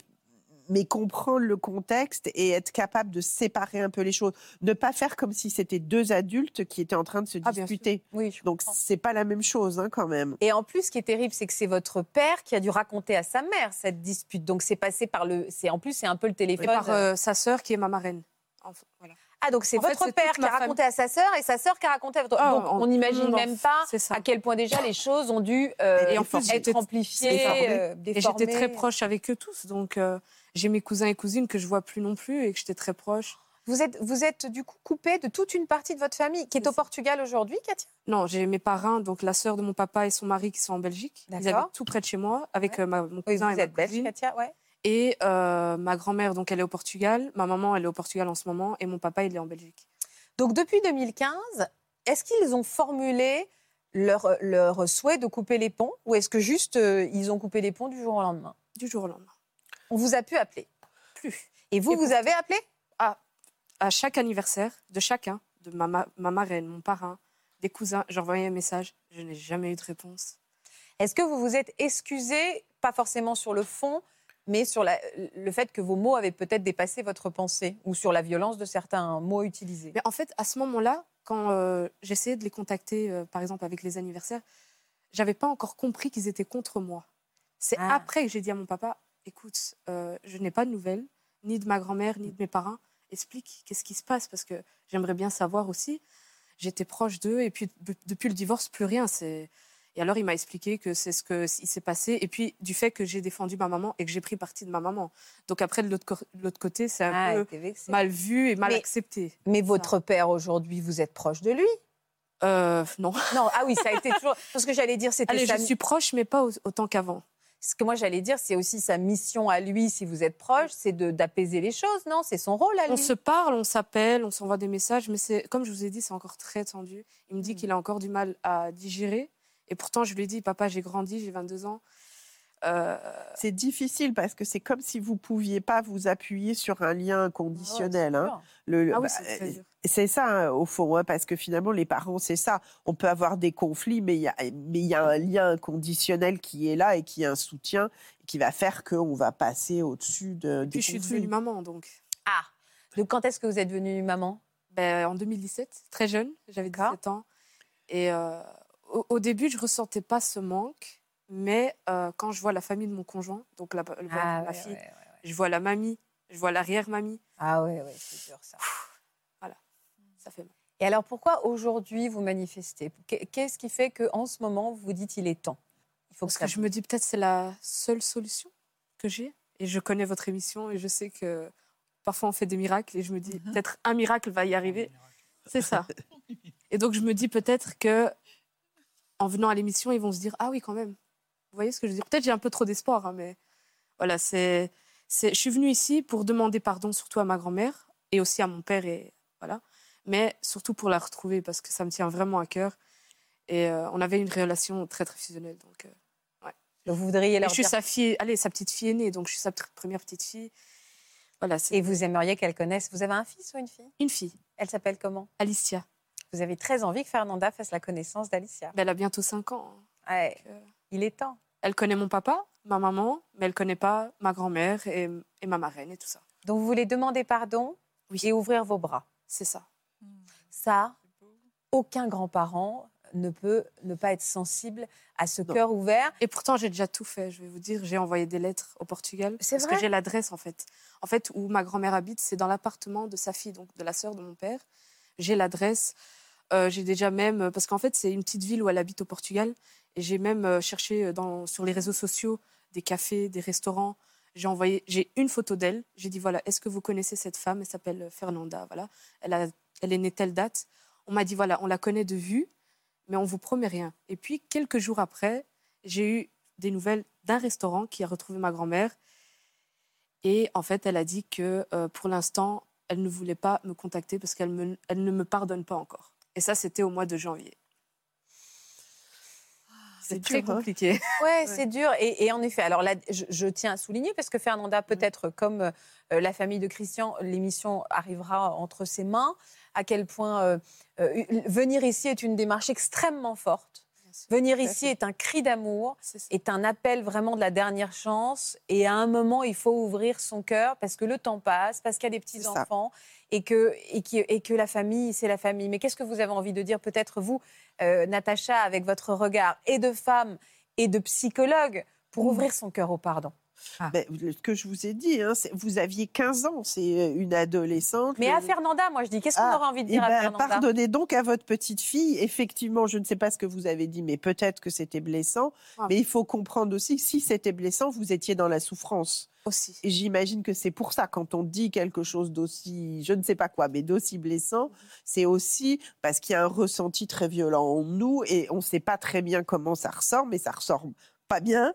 S8: mais comprendre le contexte et être capable de séparer un peu les choses, ne pas faire comme si c'était deux adultes qui étaient en train de se
S2: Ah, bien sûr.
S8: disputer.
S1: Oui, je
S8: Donc
S1: comprends.
S8: c'est pas la même chose hein, quand même.
S1: Et en plus, ce qui est terrible, c'est que c'est votre père qui a dû raconter à sa mère cette dispute. Donc c'est passé par le. C'est en plus, c'est un peu le
S2: Et
S1: téléphone.
S2: par euh, sa sœur qui est ma marraine. Enfin, voilà.
S1: ah donc c'est
S2: en fait,
S1: votre
S2: c'est
S1: père
S2: toute
S1: qui
S2: ma
S1: a raconté à sa sœur et sa sœur qui a raconté à votre.
S2: Ah,
S1: donc
S2: en-
S1: on n'imagine
S2: non,
S1: même pas
S2: c'est ça.
S1: à quel point déjà les choses ont dû euh,
S2: Et en plus,
S1: être
S2: j'étais-
S1: amplifiées,
S2: déformée.
S1: euh,
S2: Et
S1: déformées.
S2: j'étais très proche avec eux tous. Donc, euh, j'ai mes cousins et cousines que je vois plus non plus et que j'étais très proche.
S1: Vous êtes, vous êtes du coup coupé de toute une partie de votre famille qui est
S2: C'est
S1: au
S2: ça.
S1: Portugal aujourd'hui, Katia.
S2: Non, j'ai mes parrains, donc la sœur de mon papa et son mari qui sont en Belgique. Ils
S1: D'accord.
S2: habitent tout près de chez moi avec euh, ma, mon
S1: Oui,
S2: cousin et
S1: vous
S2: ma
S1: êtes belge,
S2: cousine.
S1: Katia, ouais.
S2: Et euh, ma grand-mère, donc elle est au Portugal. Ma maman, elle est au Portugal en ce moment. Et mon papa, il est en Belgique.
S1: Donc depuis 2015, est-ce qu'ils ont formulé leur, leur souhait de couper les ponts ou est-ce que juste euh, ils ont coupé les ponts du jour au lendemain
S2: Du jour au lendemain.
S1: On vous a pu appeler
S2: Plus.
S1: Et vous,
S2: Et
S1: vous avez appelé
S2: À chaque anniversaire de chacun, de ma, ma, ma marraine, mon parrain, des cousins, j'envoyais un message. Je n'ai jamais eu de réponse.
S1: Est-ce que vous vous êtes excusé, pas forcément sur le fond, mais sur la- le fait que vos mots avaient peut-être dépassé votre pensée ou sur la violence de certains mots utilisés
S2: Mais Eh en fait, à ce moment-là, quand euh, j'essayais de les contacter, euh, par exemple avec les anniversaires, j'avais pas encore compris qu'ils étaient contre moi. C'est
S1: Ah.
S2: après que j'ai dit à mon papa "Écoute, euh, je n'ai pas de nouvelles, ni de ma grand-mère, ni de mes parents. Explique qu'est-ce qui se passe parce que j'aimerais bien savoir aussi. J'étais proche d'eux et puis de- depuis le divorce, plus rien. C'est et alors il m'a expliqué que c'est ce que s- il s'est passé et puis du fait que j'ai défendu ma maman et que j'ai pris parti de ma maman. Donc après de l'autre co- de l'autre côté, c'est un
S1: Ah,
S2: peu
S1: t'es vexé.
S2: mal vu et mal
S1: Mais-
S2: accepté.
S1: Mais votre père aujourd'hui, vous êtes proche de lui
S2: Euh, non.
S1: Non, ah oui, ça a été toujours. Parce que j'allais dire, c'était
S2: Allez,
S1: sa...
S2: je suis proche, mais pas au- autant qu'avant.
S1: Ce que moi j'allais dire, c'est aussi sa mission à lui, si vous êtes proche, c'est de- d'apaiser les choses, non C'est son rôle à lui.
S2: On se parle, on s'appelle, on s'envoie des messages, mais c'est comme je vous ai dit, c'est encore très tendu. Il
S1: Mm.
S2: me dit qu'il a encore du mal à digérer, et pourtant je lui ai dit, papa, j'ai grandi, j'ai 22 ans. Euh,
S8: C'est difficile parce que c'est comme si vous pouviez pas vous appuyer sur un lien conditionnel. hein. Le- le-
S2: ah oui,
S8: bah,
S2: c'est
S1: euh,
S2: très dur.
S8: C'est ça, hein, au fond, hein, parce que finalement, les parents, c'est ça. On peut avoir des conflits, mais il y, a- mais il y a un lien conditionnel qui est là et qui est un soutien qui va faire qu'on va passer au-dessus de,
S2: Puis
S8: du
S2: je suis
S8: conflit.
S2: devenue maman, donc.
S1: Ah Donc quand est-ce que vous êtes devenue maman
S2: Ben, en 2017, très jeune, j'avais
S1: D'accord.
S2: 17 ans. Et euh, au, au début, je ressentais pas ce manque, mais euh, quand je vois la famille de mon conjoint, donc la, le voyage de
S1: Ah
S2: ma
S1: ouais,
S2: fille,
S1: ouais, ouais.
S2: je vois la mamie, je vois l'arrière-mamie,
S1: Ah ouais, ouais, c'est dur ça.
S2: ça fait mal.
S1: Et alors pourquoi aujourd'hui vous manifestez Qu'est- Qu'est-ce qui fait qu'en ce moment vous dites il est temps Il faut que
S2: Parce
S1: ça
S2: que je me dis peut-être c'est la seule solution que j'ai. Et je connais votre émission et je sais que parfois on fait des miracles et je me dis peut-être un miracle va y arriver. C'est ça. et donc je me dis peut-être que en venant à l'émission ils vont se dire ah oui quand même. Vous voyez ce que je veux dire Peut-être j'ai un peu trop d'espoir, hein, mais voilà c'est c'est. Je suis venue ici pour demander pardon surtout à ma grand-mère et aussi à mon père et voilà, mais surtout pour la retrouver parce que ça me tient vraiment à cœur. Et euh, on avait une relation très très fusionnelle donc. euh,
S1: Donc, vous voudriez leur
S2: et je suis
S1: dire-
S2: sa fille, allez, sa petite fille aînée, donc je suis sa pr- première petite fille. Voilà, c'est
S1: Et vous aimeriez qu'elle connaisse. Vous avez un fils ou une fille
S2: une fille,
S1: Elle s'appelle comment
S2: Alicia.
S1: Vous avez très envie que Fernanda fasse la connaissance d'Alicia.
S2: Ben, elle a bientôt 5 ans.
S1: Ouais,
S2: donc, euh,
S1: il est temps.
S2: Elle connaît mon papa, ma maman, mais elle connaît pas ma grand-mère et, et ma marraine et tout ça.
S1: Donc vous voulez demander pardon
S2: Oui.
S1: et ouvrir vos bras.
S2: C'est ça.
S1: Ça, aucun grand-parent ne peut ne pas être sensible à ce
S8: Non.
S1: cœur ouvert.
S2: Et pourtant, j'ai déjà tout fait, je vais vous dire. J'ai envoyé des lettres au Portugal.
S1: C'est
S2: parce
S1: vrai
S2: que j'ai l'adresse, en fait. En fait, où ma grand-mère habite, c'est dans l'appartement de sa fille, donc de la sœur de mon père. J'ai l'adresse. Euh, j'ai déjà même. Parce qu'en fait, c'est une petite ville où elle habite au Portugal. Et j'ai même euh, cherché euh, dans, sur les réseaux sociaux des cafés, des restaurants. J'ai envoyé. J'ai une photo d'elle. J'ai dit voilà, est-ce que vous connaissez cette femme Elle s'appelle euh, Fernanda. Voilà. Elle, a, elle est née telle date. On m'a dit voilà, on la connaît de vue, mais on vous promet rien. Et puis, quelques jours après, j'ai eu des nouvelles d'un restaurant qui a retrouvé ma grand-mère. Et en fait, elle a dit que euh, pour l'instant, elle ne voulait pas me contacter parce qu'elle me- elle ne me pardonne pas encore. Et ça, c'était au mois de janvier. Ah,
S1: Ah,
S2: C'est très
S8: dur, hein.
S2: compliqué.
S1: Ouais, c'est dur. Et, et en effet, alors là, je, je tiens à souligner, parce que Fernanda, peut-être comme euh, la famille de Christian, l'émission arrivera entre ses mains, à quel point euh, euh, venir ici est une démarche extrêmement forte. Venir ici est un cri d'amour.
S2: C'est ça.
S1: est un appel vraiment de la dernière chance. Et à un moment, il faut ouvrir son cœur parce que le temps passe, parce qu'il y a des
S8: C'est ça.
S1: petits-enfants et que, et, qui- et que la famille, c'est la famille. Mais qu'est-ce que vous avez envie de dire, peut-être vous, euh, Natacha, avec votre regard et de femme et de psychologue, pour
S8: Mmh.
S1: ouvrir son cœur au pardon
S8: Ben, le- ce que je vous ai dit, hein, c'est- vous aviez 15 ans, c'est euh, une adolescente. euh,
S1: Mais à
S8: Le-
S1: Fernanda, moi, je dis, qu'est-ce qu'on
S8: Ah,
S1: aurait envie de
S8: Eh
S1: dire à
S8: ben,
S1: Fernanda
S8: pardonnez donc à votre petite fille. Effectivement, je ne sais pas ce que vous avez dit, mais peut-être que c'était blessant.
S2: Ah.
S8: Mais il faut comprendre aussi que si c'était blessant, vous étiez dans la souffrance.
S2: Aussi.
S8: Et j'imagine que c'est pour ça, quand on dit quelque chose d'aussi, je ne sais pas quoi, mais d'aussi blessant, c'est aussi parce qu'il y a un ressenti très violent en nous et on ne sait pas très bien comment ça ressort, mais ça ressort pas bien,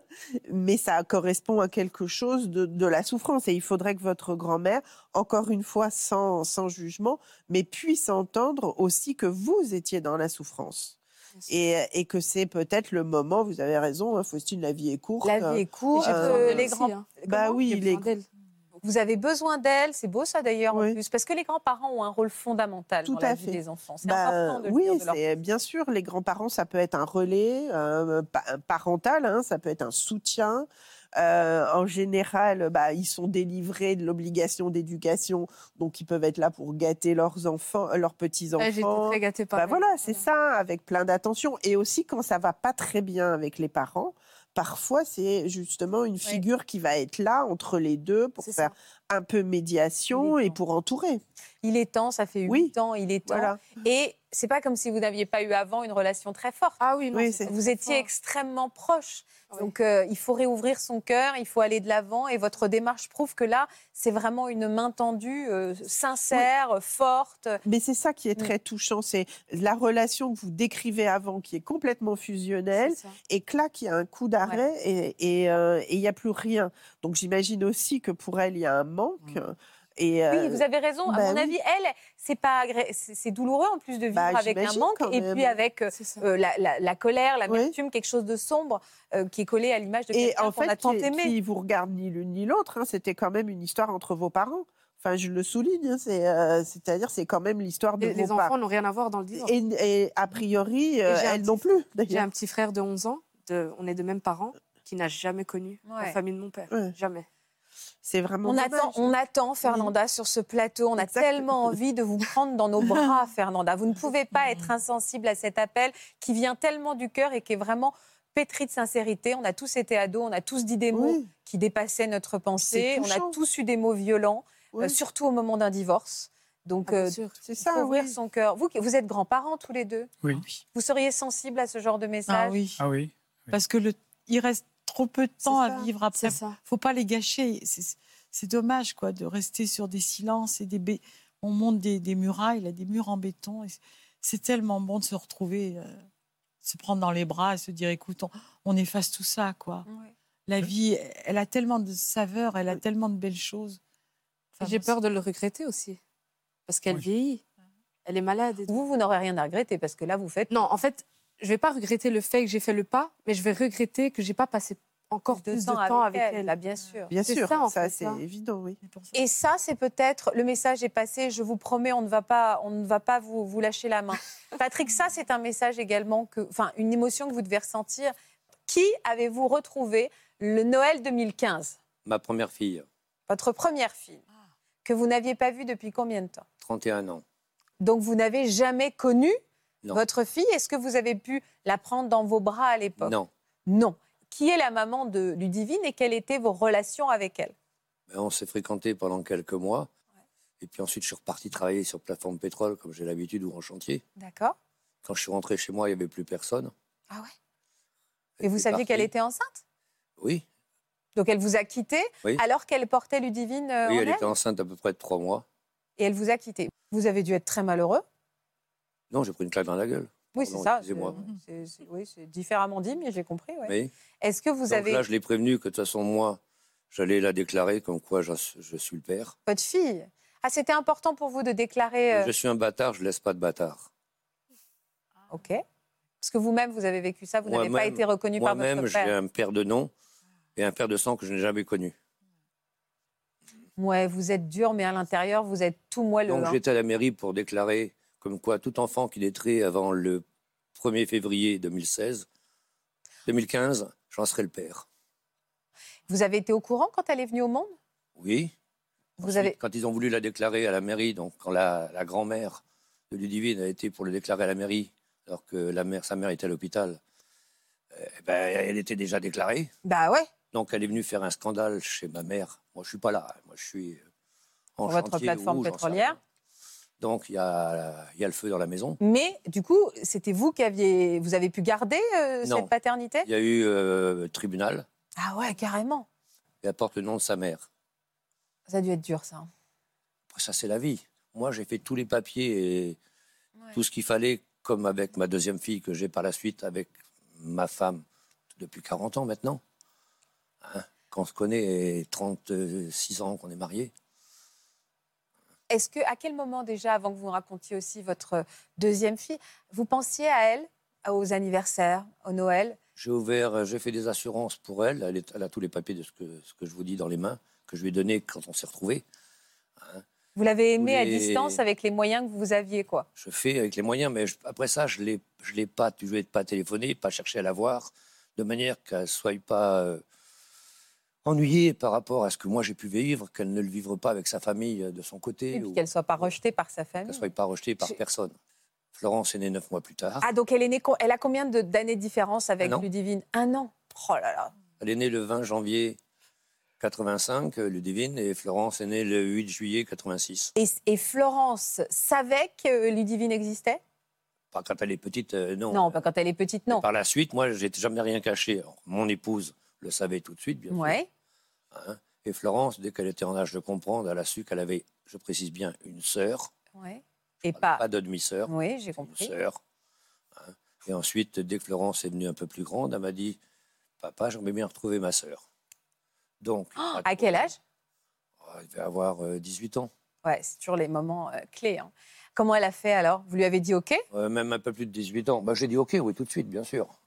S8: mais ça correspond à quelque chose de, de la souffrance. Et il faudrait que votre grand-mère, encore une fois, sans, sans jugement, mais puisse entendre aussi que vous étiez dans la souffrance.
S2: Bien sûr.
S8: Et, et que c'est peut-être le moment, vous avez raison, hein, Faustine, la vie est courte.
S1: La vie est courte,
S8: j'ai
S1: euh,
S8: besoin d'elle
S1: les
S2: aussi,
S1: grands.
S2: hein.
S8: Bah
S1: Comment
S8: oui,
S2: J'ai
S8: il est
S2: besoin d'elle.
S1: Vous avez besoin d'elle, c'est beau ça d'ailleurs en
S8: Oui.
S1: plus, parce que les grands-parents ont un rôle fondamental
S8: Tout
S1: dans la
S8: à
S1: vie
S8: fait.
S1: des enfants. C'est
S8: Bah,
S1: important de le
S8: oui,
S1: dire de leur
S8: c'est- bien sûr, les grands-parents, ça peut être un relais euh, pa- parental, hein, ça peut être un soutien. Euh, en général, bah, ils sont délivrés de l'obligation d'éducation, donc ils peuvent être là pour gâter leurs enfants, euh,
S1: Ah,
S8: leurs
S2: Ouais, J'ai été
S8: petits-enfants.
S2: très gâtée par
S8: Bah
S2: elle.
S8: voilà, c'est ça, avec plein d'attention. Et aussi, quand ça va pas très bien avec les parents, parfois, c'est justement une figure qui va être là entre les deux pour
S2: C'est
S8: faire un peu médiation et
S1: Uniquement.
S8: pour entourer.
S1: Il est temps, ça fait huit
S8: Oui.
S1: ans, il est temps.
S8: Voilà.
S1: Et c'est pas comme si vous n'aviez pas eu avant une relation très forte.
S2: Ah oui, non,
S8: Oui,
S2: c'est
S8: c'est-
S1: Vous
S2: très
S1: étiez
S2: fort.
S1: extrêmement proches.
S2: Oui.
S1: Donc euh, il faut réouvrir son cœur, il faut aller de l'avant. Et votre démarche prouve que là, c'est vraiment une main tendue, euh, sincère, euh, forte.
S8: Mais c'est ça qui est très touchant, c'est la relation que vous décrivez avant, qui est complètement fusionnelle,
S2: C'est ça.
S8: et que là, qui a un coup d'arrêt, et et, euh, et il n'y a plus rien. Donc j'imagine aussi que pour elle, il y a un manque. Et,
S1: Oui,
S8: euh,
S1: vous avez raison. À
S8: bah
S1: mon
S8: oui.
S1: avis, elle, c'est pas agré- c'est c'est douloureux en plus de vivre
S8: Bah,
S1: avec un
S8: j'imagine
S1: manque
S8: quand
S1: et
S8: même.
S1: puis avec euh,
S2: C'est ça.
S1: euh, la, la- la colère, l'amertume, quelque chose de sombre euh, qui est collé à l'image de
S8: Et
S1: quelqu'un
S8: en
S1: qu'on
S8: fait,
S1: a tant
S8: qui,
S1: aimé.
S8: qui vous regarde ni l'une ni l'autre, hein, c'était quand même une histoire entre vos parents. Enfin, je le souligne, hein, c'est, euh, c'est-à-dire c'est quand même l'histoire de
S2: Les,
S8: vos
S2: les
S8: parents.
S2: enfants n'ont rien à voir dans le divorce.
S8: Et, et a priori, euh,
S2: j'ai un
S8: elles
S2: petit-
S8: non plus.
S2: J'ai
S8: d'ailleurs.
S2: un petit frère de 11 ans, de, on est de mêmes parents, qui n'a jamais connu
S1: Ouais.
S2: la famille de mon père.
S8: Ouais.
S2: Jamais.
S8: C'est vraiment.
S1: On
S8: dommage.
S1: attend, on attend Fernanda sur ce plateau. On a
S8: Exactement.
S1: tellement envie de vous prendre dans nos bras, Fernanda. Vous ne pouvez pas être insensible à cet appel qui vient tellement du cœur et qui est vraiment pétri de sincérité. On a tous été ados, on a tous dit des mots
S8: Oui,
S1: qui dépassaient notre pensée.
S8: C'est
S1: On a
S8: touchant.
S1: tous eu des mots violents,
S8: oui,
S1: euh, surtout au moment d'un divorce. Donc,
S2: Ah, bien
S1: euh,
S2: sûr.
S8: c'est
S1: faut
S8: ça.
S1: ouvrir
S8: oui.
S1: son cœur. Vous, qui- vous êtes grands-parents tous les deux.
S7: Oui.
S1: Vous seriez sensible à ce genre de
S5: Ah
S1: message
S5: oui,
S7: Ah oui.
S5: parce que le, il reste trop peu de temps à vivre après.
S2: C'est ça.
S5: Faut pas les gâcher. C'est- C'est dommage quoi de rester sur des silences et des bé- on monte des, des murailles, là, des murs en béton. et c'est- C'est tellement bon de se retrouver, euh, se prendre dans les bras et se dire écoute, on, on efface tout ça quoi.
S1: Ouais.
S5: La vie, elle a tellement de saveurs, elle a tellement de belles choses. Enfin,
S2: J'ai
S5: bon,
S2: peur de le regretter aussi. Parce qu'elle
S7: Oui.
S2: vieillit. Elle est malade. et tout.
S1: Vous, vous n'aurez rien à regretter parce que là, vous faites
S2: Non, en fait, je vais pas regretter le fait que j'ai fait le pas, mais je vais regretter que j'ai pas passé encore
S1: de
S2: plus
S1: temps,
S2: de temps
S1: avec, elle,
S2: elle.
S1: là, bien sûr.
S8: Bien
S2: C'est
S8: sûr,
S2: ça, en
S8: ça
S2: fait,
S8: c'est
S2: ça.
S8: évident, oui.
S5: c'est pour ça.
S1: Et ça, c'est peut-être le message est passé. Je vous promets, on ne va pas, on ne va pas vous, vous lâcher la main. Patrick, ça, c'est un message également que, enfin, une émotion que vous devez ressentir. Qui avez-vous retrouvé le Noël 2015
S4: Ma première fille,
S1: Votre première fille que vous n'aviez pas vue depuis combien de temps
S4: 31 ans.
S1: Donc, vous n'avez jamais connu
S4: Non.
S1: votre fille. Est-ce que vous avez pu la prendre dans vos bras à l'époque
S4: Non.
S1: Non. Qui est la maman de Ludivine et quelles étaient vos relations avec elle
S4: Ben, on s'est fréquenté pendant quelques mois. Et puis ensuite, je suis reparti travailler sur plateforme pétrole, comme j'ai l'habitude, ou en chantier.
S1: D'accord.
S4: Quand je suis rentré chez moi, il n'y avait plus personne.
S1: Ah ouais. Et vous
S4: puis
S1: saviez
S4: parti.
S1: qu'elle était enceinte
S4: Oui,
S1: Donc elle vous a quitté
S4: Oui.
S1: alors qu'elle portait Ludivine euh,
S4: oui
S1: en
S4: elle
S1: elle,
S4: était enceinte à peu près de trois mois.
S1: et elle vous a quitté. Vous avez dû être très malheureux.
S4: Non, j'ai pris une claque dans la gueule.
S1: Oui,
S4: Pardon,
S1: c'est ça.
S4: Oh excusez-moi.
S1: C'est- c'est- oui, c'est différemment dit, mais j'ai compris. ouais.
S4: Oui.
S1: Est-ce que vous
S4: Donc
S1: avez
S4: là, je l'ai prévenu que de toute façon, moi, j'allais la déclarer comme quoi je, je suis le père.
S1: votre fille Ah, c'était important pour vous de déclarer. euh,
S4: Je suis un bâtard, je laisse pas de bâtard.
S1: Ok. Parce que vous-même, vous avez vécu ça, vous n'avez pas
S4: Moi-même-
S1: été reconnu par
S4: Moi-même,
S1: votre
S4: j'ai
S1: père.
S4: un père de nom et un père de sang que je n'ai jamais connu.
S1: Ouais, vous êtes dur, mais à l'intérieur, vous êtes tout moelleux.
S4: Donc
S1: hein.
S4: j'étais à la mairie pour déclarer comme quoi tout enfant qui naîtrait avant le 1er février 2016, 2015, j'en serai le père.
S1: Vous avez été au courant quand elle est venue au monde
S4: Oui.
S1: Vous
S4: Ensuite,
S1: avez.
S4: Quand ils ont voulu la déclarer à la mairie, donc quand la, la grand-mère de Ludivine a été pour le déclarer à la mairie, alors que la mère, sa mère était à l'hôpital, euh, ben, elle était déjà déclarée.
S1: Bah ouais.
S4: Donc elle est venue faire un scandale chez ma mère. Moi, je suis pas là. Moi, je suis euh, en
S1: Sur votre
S4: chantier
S1: plateforme
S4: ou j'en sais
S1: pétrolière.
S4: rien. Donc il y a, il y a le feu dans la maison.
S1: Mais du coup, c'était vous qui aviez, vous avez pu garder euh,
S4: Non.
S1: cette paternité
S4: Il y a eu euh, tribunal.
S1: Ah ouais, carrément.
S4: et apporte le nom de sa mère.
S1: Ça a dû être dur, ça.
S4: Après, ça, c'est la vie. Moi, j'ai fait tous les papiers et
S1: Ouais.
S4: tout ce qu'il fallait, comme avec ma deuxième fille que j'ai par la suite avec ma femme depuis 40 ans maintenant. Hein, Quand on se connaît, et 36 ans qu'on est mariés.
S1: Est-ce que, à quel moment déjà, avant que vous racontiez aussi votre deuxième fille, vous pensiez à elle, aux anniversaires, au Noël
S4: J'ai ouvert, euh, j'ai fait des assurances pour elle. Elle, est- elle a tous les papiers de ce que, ce que je vous dis dans les mains. que je lui ai donné quand on s'est retrouvés.
S1: Vous l'avez aimé à
S4: les-
S1: distance avec les moyens que vous aviez, quoi.
S4: Je fais avec les moyens, mais je- après ça, je l'ai, je l'ai pas, je vais pas téléphoné, pas cherché à la voir, de manière qu'elle soit pas euh, ennuyée par rapport à ce que moi j'ai pu vivre, qu'elle ne le vivre pas avec sa famille euh, de son
S1: Et
S4: côté, ou
S1: puis
S4: qu'elle
S1: qu'elle soit pas rejetée par sa famille.
S4: soit pas rejetée par
S1: J'ai-
S4: personne. Florence est née neuf mois plus tard.
S1: Ah, donc elle est née, co- elle a combien de- d'années de différence avec
S4: Un an.
S1: Ludivine Un an. Oh là là.
S4: Elle est née le 20 janvier 85, euh, Ludivine, et Florence est née le 8 juillet 86.
S1: Et, et Florence savait que euh, Ludivine existait
S4: Pas quand elle est petite, euh, non.
S1: Non, pas quand elle est petite, non.
S4: Par la suite, moi, j'ai jamais rien caché. Alors, Mon épouse le savait tout de suite, bien sûr.
S1: Ouais.
S4: Et Florence, dès qu'elle était en âge de comprendre, elle a su qu'elle avait, je précise bien, une sœur,
S1: ouais. Et
S4: pas,
S1: pas.
S4: de demi-sœur,
S1: Oui, j'ai
S4: une
S1: compris.
S4: sœur. hein. Et ensuite, dès que Florence est venue un peu plus grande, elle m'a dit Papa, j'aimerais bien retrouver ma sœur. Donc,
S1: Ah, À quel âge
S4: Oh, Elle devait avoir euh, 18 ans,
S1: Ouais, c'est toujours les moments euh, clés. hein. Comment elle a fait alors Vous lui avez dit OK
S4: Euh, même un peu plus de 18 ans. Bah, J'ai dit OK, oui, tout de suite, bien sûr.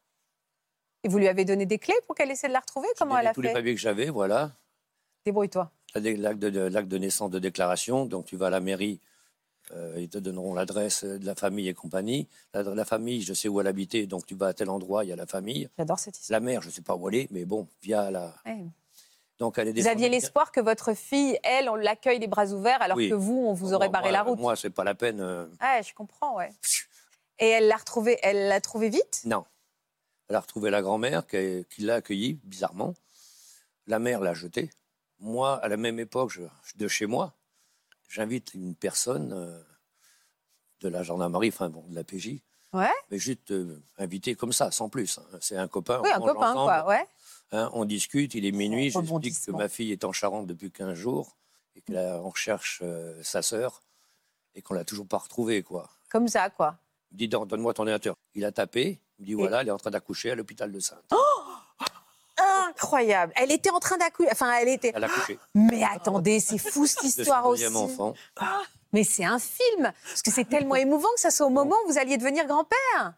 S1: Et vous lui avez donné des clés pour qu'elle essaie de la retrouver
S4: J'ai
S1: Comment
S4: donné
S1: elle a
S4: tous les
S1: fait
S4: papiers que j'avais, voilà.
S1: Débrouille-toi.
S4: T'as des- L'acte de, l'acte de naissance de déclaration, donc tu vas à la mairie, euh, ils te donneront l'adresse de la famille et compagnie. La, la famille, je sais où elle habitait, donc tu vas à tel endroit, il y a la famille.
S1: J'adore cette histoire.
S4: La mère, je ne sais pas où elle est, mais bon, via la.
S1: Ouais.
S4: Donc elle est
S1: Vous aviez
S4: descendue-
S1: l'espoir que votre fille, elle, on l'accueille les bras ouverts, alors
S4: Oui.
S1: que vous, on vous aurait
S4: Moi,
S1: barré
S4: moi,
S1: la route.
S4: Moi, c'est pas la peine. euh,
S1: Ah, je comprends, ouais. Et elle l'a retrouvée, elle l'a trouvée vite
S4: Non. Elle a retrouvé la grand-mère qui, a- qui l'a accueillie, bizarrement. La mère l'a jetée. Moi, à la même époque, je- de chez moi, j'invite une personne euh, de la gendarmerie, enfin bon, de la PJ.
S1: Ouais.
S4: Mais juste euh, invité comme ça, sans plus. hein. C'est un copain.
S1: Oui,
S4: on
S1: un
S4: mange
S1: copain,
S4: ensemble,
S1: quoi, ouais.
S4: hein, on discute, il est minuit,
S1: Son
S4: j'explique que
S1: rebondissement.
S4: ma fille est en Charente depuis 15 jours et qu'on recherche euh, sa sœur et qu'on l'a toujours pas retrouvée, quoi.
S1: Comme ça, quoi.
S4: Il me dit, Don- donne-moi ton ordinateur. Il a tapé. Il me dit, voilà, elle est en train d'accoucher à l'hôpital de Sainte.
S1: Oh, Incroyable. Elle était en train d'accoucher. Enfin, elle était.
S4: Elle a Ah, accouché
S1: Mais attendez, c'est fou cette
S4: de son
S1: ah, histoire aussi.
S4: deuxième enfant.
S1: Mais c'est un film. Parce que c'est tellement émouvant que ça soit au moment où vous alliez devenir grand-père.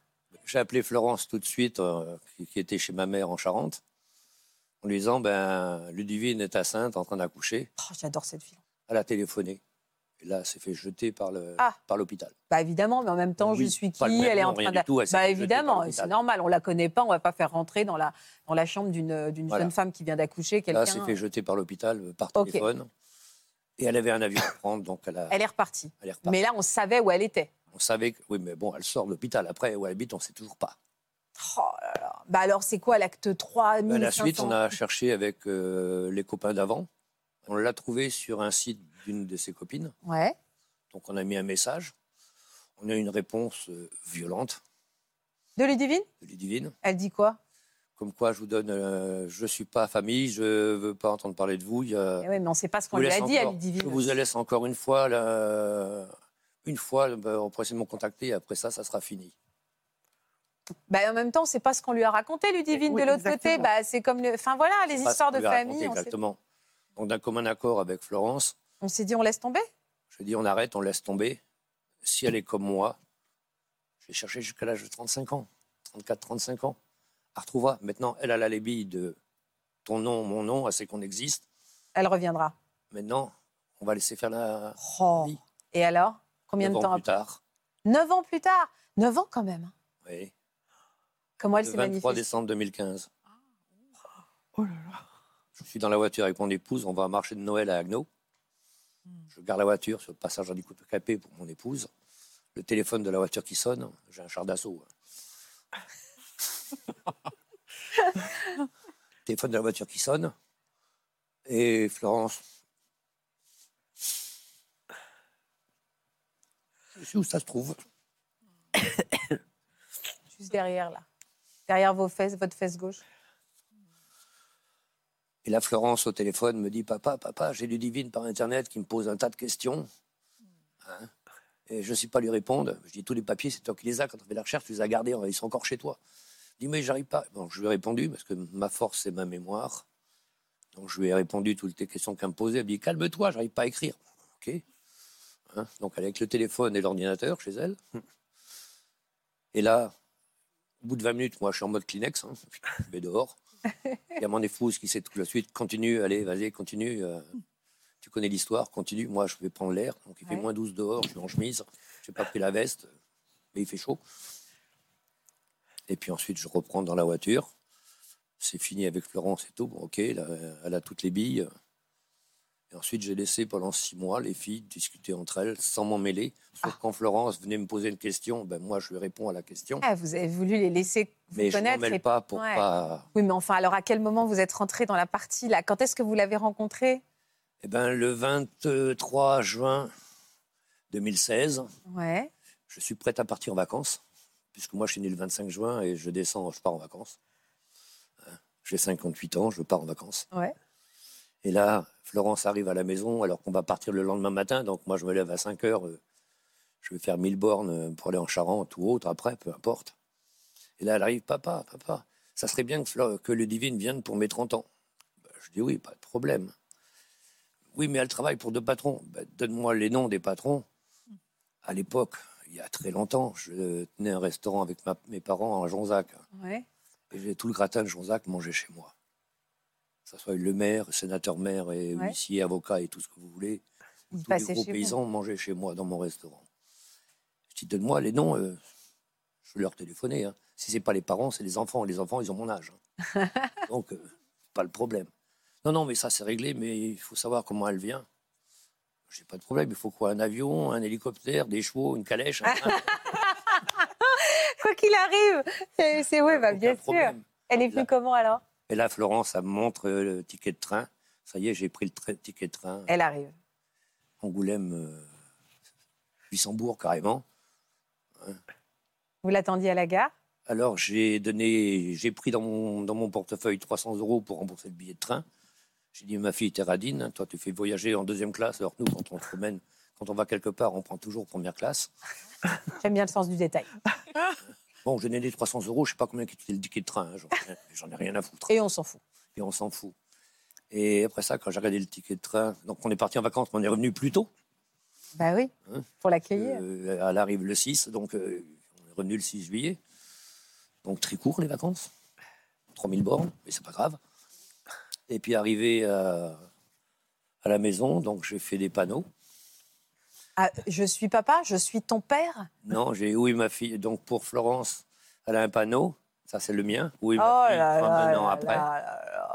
S4: J'ai appelé Florence tout de suite, euh, qui, qui était chez ma mère en Charente, en lui disant, ben, Ludivine est à Sainte en train d'accoucher.
S1: Oh, J'adore cette film.
S4: Elle a téléphoné. Et là, elle s'est fait jeter par le-
S1: Ah.
S4: par l'hôpital.
S1: Bah évidemment, mais en même temps,
S4: Oui,
S1: je suis qui
S4: pas le même
S1: Elle est
S4: nom,
S1: en
S4: rien
S1: train
S4: du
S1: d'a-
S4: tout, elle s'est
S1: Bah
S4: jetée dans
S1: évidemment,
S4: l'hôpital.
S1: c'est normal. On la connaît pas. On va pas faire rentrer dans la dans la chambre d'une d'une
S4: Voilà.
S1: jeune femme qui vient d'accoucher
S4: Là,
S1: quelqu'un.
S4: elle s'est fait jeter par l'hôpital euh, par
S1: Ok.
S4: téléphone. Et elle avait un avion à prendre, donc elle, a,
S1: Elle est repartie.
S4: elle est repartie.
S1: Mais là, on savait où elle était.
S4: On savait que, oui, mais bon, elle sort de l'hôpital. Après, où elle habite, on ne sait toujours pas.
S1: Oh là là. Bah alors, c'est quoi l'acte 3
S4: À Bah, la suite,
S1: 1500?
S4: on a cherché avec euh, les copains d'avant. On l'a trouvé sur un site d'une de ses copines.
S1: Ouais.
S4: Donc, on a mis un message. On a eu une réponse euh, violente
S1: De Ludivine
S4: de Ludivine,
S1: Elle dit quoi
S4: comme quoi je vous donne, euh, je suis pas famille, je veux pas entendre parler de vous. il y a-
S1: Eh Oui, mais on ne sait pas ce
S4: Euh, je
S1: qu'on
S4: vous
S1: lui a
S4: laisse
S1: dit à
S4: encore-
S1: Ludivine.
S4: Je vous laisse encore une fois, là, une fois, bah, on pourra essayer de me contacter. Et après ça, ça sera fini.
S1: Bah, en même temps, c'est pas ce qu'on lui a raconté, Ludivine,
S8: Oui,
S1: de l'autre côté.
S8: exactement.
S1: Bah, c'est comme, le... enfin voilà, les
S4: Pas ce
S1: histoires
S4: qu'on
S1: de
S4: lui a raconté
S1: famille. on sait-
S4: exactement. Donc, d'un commun accord avec Florence,
S1: On s'est dit, on laisse tomber.
S4: Je dis, on arrête, on laisse tomber. Si elle est comme moi, j'ai cherché jusqu'à l'âge de 35 ans, 34, 35 ans. Elle retrouvera. Maintenant, elle elle a les billes de ton nom, mon nom, elle sait qu'on existe.
S1: Elle reviendra.
S4: Maintenant, on va laisser faire la
S1: Oh.
S4: vie.
S1: Et alors Combien de
S4: Neuf ans
S1: temps
S4: plus tard.
S1: Neuf ans plus tard. Neuf ans quand même. hein.
S4: Oui.
S1: Comment elle
S4: Le
S1: s'est Oh
S4: 23
S1: magnifiée.
S4: décembre 2015. Je suis dans la voiture avec mon épouse, on va à un marché de Noël à Agneau.
S1: Hmm.
S4: Je garde la voiture sur le passage handicapé pour mon épouse. Le téléphone de la voiture qui sonne, j'ai un char d'assaut. hein. téléphone de la voiture qui sonne. Et Florence. Je sais où ça se trouve.
S1: Juste derrière, là. Derrière vos fesses, votre fesse gauche.
S4: Et la Florence au téléphone me dit Papa, papa, j'ai du divine par Internet qui me pose un tas de questions. Hein et je ne sais pas lui répondre. Je dis Tous les papiers, c'est toi qui les as. Quand tu fais la recherche, tu les as gardés. Ils sont encore chez toi. Il dit Mais j'arrive pas. Bon, je lui ai répondu parce que ma force, c'est ma mémoire. Donc je lui ai répondu toutes les questions qu'elle me posait. Elle me dit Calme-toi, j'arrive pas à écrire. OK. Hein Donc elle est avec le téléphone et l'ordinateur chez elle. Et là, au bout de 20 minutes, moi, je suis en mode Kleenex. hein. Je vais dehors. Il y a mon épouse qui sait tout de suite continue, allez, vas-y, continue. euh, tu connais l'histoire, continue. Moi, je vais prendre l'air. Donc, il fait
S1: Ouais.
S4: moins 12 dehors, je suis en chemise. Je n'ai pas pris la veste, mais il fait chaud. Et puis ensuite, je reprends dans la voiture. C'est fini avec Florent, c'est tout. Bon, ok, là, elle a toutes les billes. Et ensuite, j'ai laissé pendant six mois les filles discuter entre elles sans m'en mêler. Sauf quand Florence venait me poser une question, ben moi, je lui réponds à la question.
S1: Ah, vous avez voulu les laisser vous
S4: Mais je ne m'en
S1: connaître.
S4: mêle
S1: et-
S4: pas pour
S1: ouais.
S4: pas.
S1: Oui, mais enfin, alors à quel moment vous êtes rentré dans la partie là Quand est-ce que vous l'avez rencontré
S4: Eh ben, le 23 juin 2016,
S1: Ouais.
S4: je suis prête à partir en vacances, puisque moi je suis né le 25 juin et je descends, je pars en vacances. Hein, J'ai 58 ans, je pars en vacances.
S1: Ouais.
S4: Et là, Florence arrive à la maison alors qu'on va partir le lendemain matin, donc moi je me lève à 5 heures, euh, je vais faire 1000 bornes euh, pour aller en Charente ou autre après, peu importe. Et là, elle arrive, papa, papa, ça serait bien que, Flo- que le divine vienne pour mes 30 ans. Ben, je dis oui, pas de problème. Oui, mais elle travaille pour deux patrons. Ben, Donne-moi les noms des patrons. À l'époque, il y a très longtemps, je tenais un restaurant avec ma- mes parents à Jonzac.
S1: Ouais.
S4: Et j'ai tout le gratin de Jonzac mangé chez moi. Que ce soit le maire, sénateur-maire, et
S1: Ouais.
S4: huissier, avocat et tout ce que vous voulez.
S1: Il
S4: Tous les
S1: passait
S4: gros
S1: chez vous.
S4: paysans mangeaient chez moi, dans mon restaurant. Je dis, donne-moi les noms, euh, je vais leur téléphoner. hein. Si c'est pas les parents, c'est les enfants. Les enfants, ils ont mon âge. hein. Donc, euh, pas le problème. Non, non, mais ça, c'est réglé, mais il faut savoir comment elle vient. J'ai pas de problème. Il faut quoi Un avion, un hélicoptère, des chevaux, une calèche un train,
S1: Quoi qu'il arrive, c'est- c'est oui, bah,
S4: aucun
S1: bien sûr.
S4: problème.
S1: Elle est
S4: Là.
S1: plus comment alors
S4: Et là, Florence, elle me montre euh, le ticket de train. Ça y est, j'ai pris le tra- ticket de train. euh,
S1: Elle arrive.
S4: Angoulême, euh, Luxembourg, carrément.
S1: Vous l'attendiez à la gare
S4: Alors, j'ai donné, j'ai pris dans mon, dans mon portefeuille 300 euros pour rembourser le billet de train. J'ai dit, ma fille, t'es radine, hein, toi, tu fais voyager en deuxième classe, alors que nous, quand on se promène, quand on va quelque part, on prend toujours première classe.
S1: J'aime bien le sens du détail.
S4: Bon, j'ai donné les 300 euros, je sais pas combien coûtait le ticket de train, hein, j'en j'en ai rien à foutre.
S1: Et on s'en fout.
S4: et on s'en fout. Et après ça, quand j'ai regardé le ticket de train, donc on est parti en vacances, mais on est revenu plus tôt.
S1: Bah oui,
S4: Hein
S1: pour l'accueillir.
S4: Euh, elle arrive le 6, donc euh, on est revenu le 6 juillet. Donc très court les vacances. 3000 bornes, mais c'est pas grave. Et puis arrivé à, à la maison, donc j'ai fait des panneaux.
S1: Ah, je suis papa, je suis ton père.
S4: Non, j'ai oui ma fille. Donc pour Florence, elle a un panneau. Ça c'est le mien. Oui,
S1: Oh
S4: ma fille,
S1: là
S4: prend
S1: là.
S4: un an
S1: là
S4: après.
S1: là là là.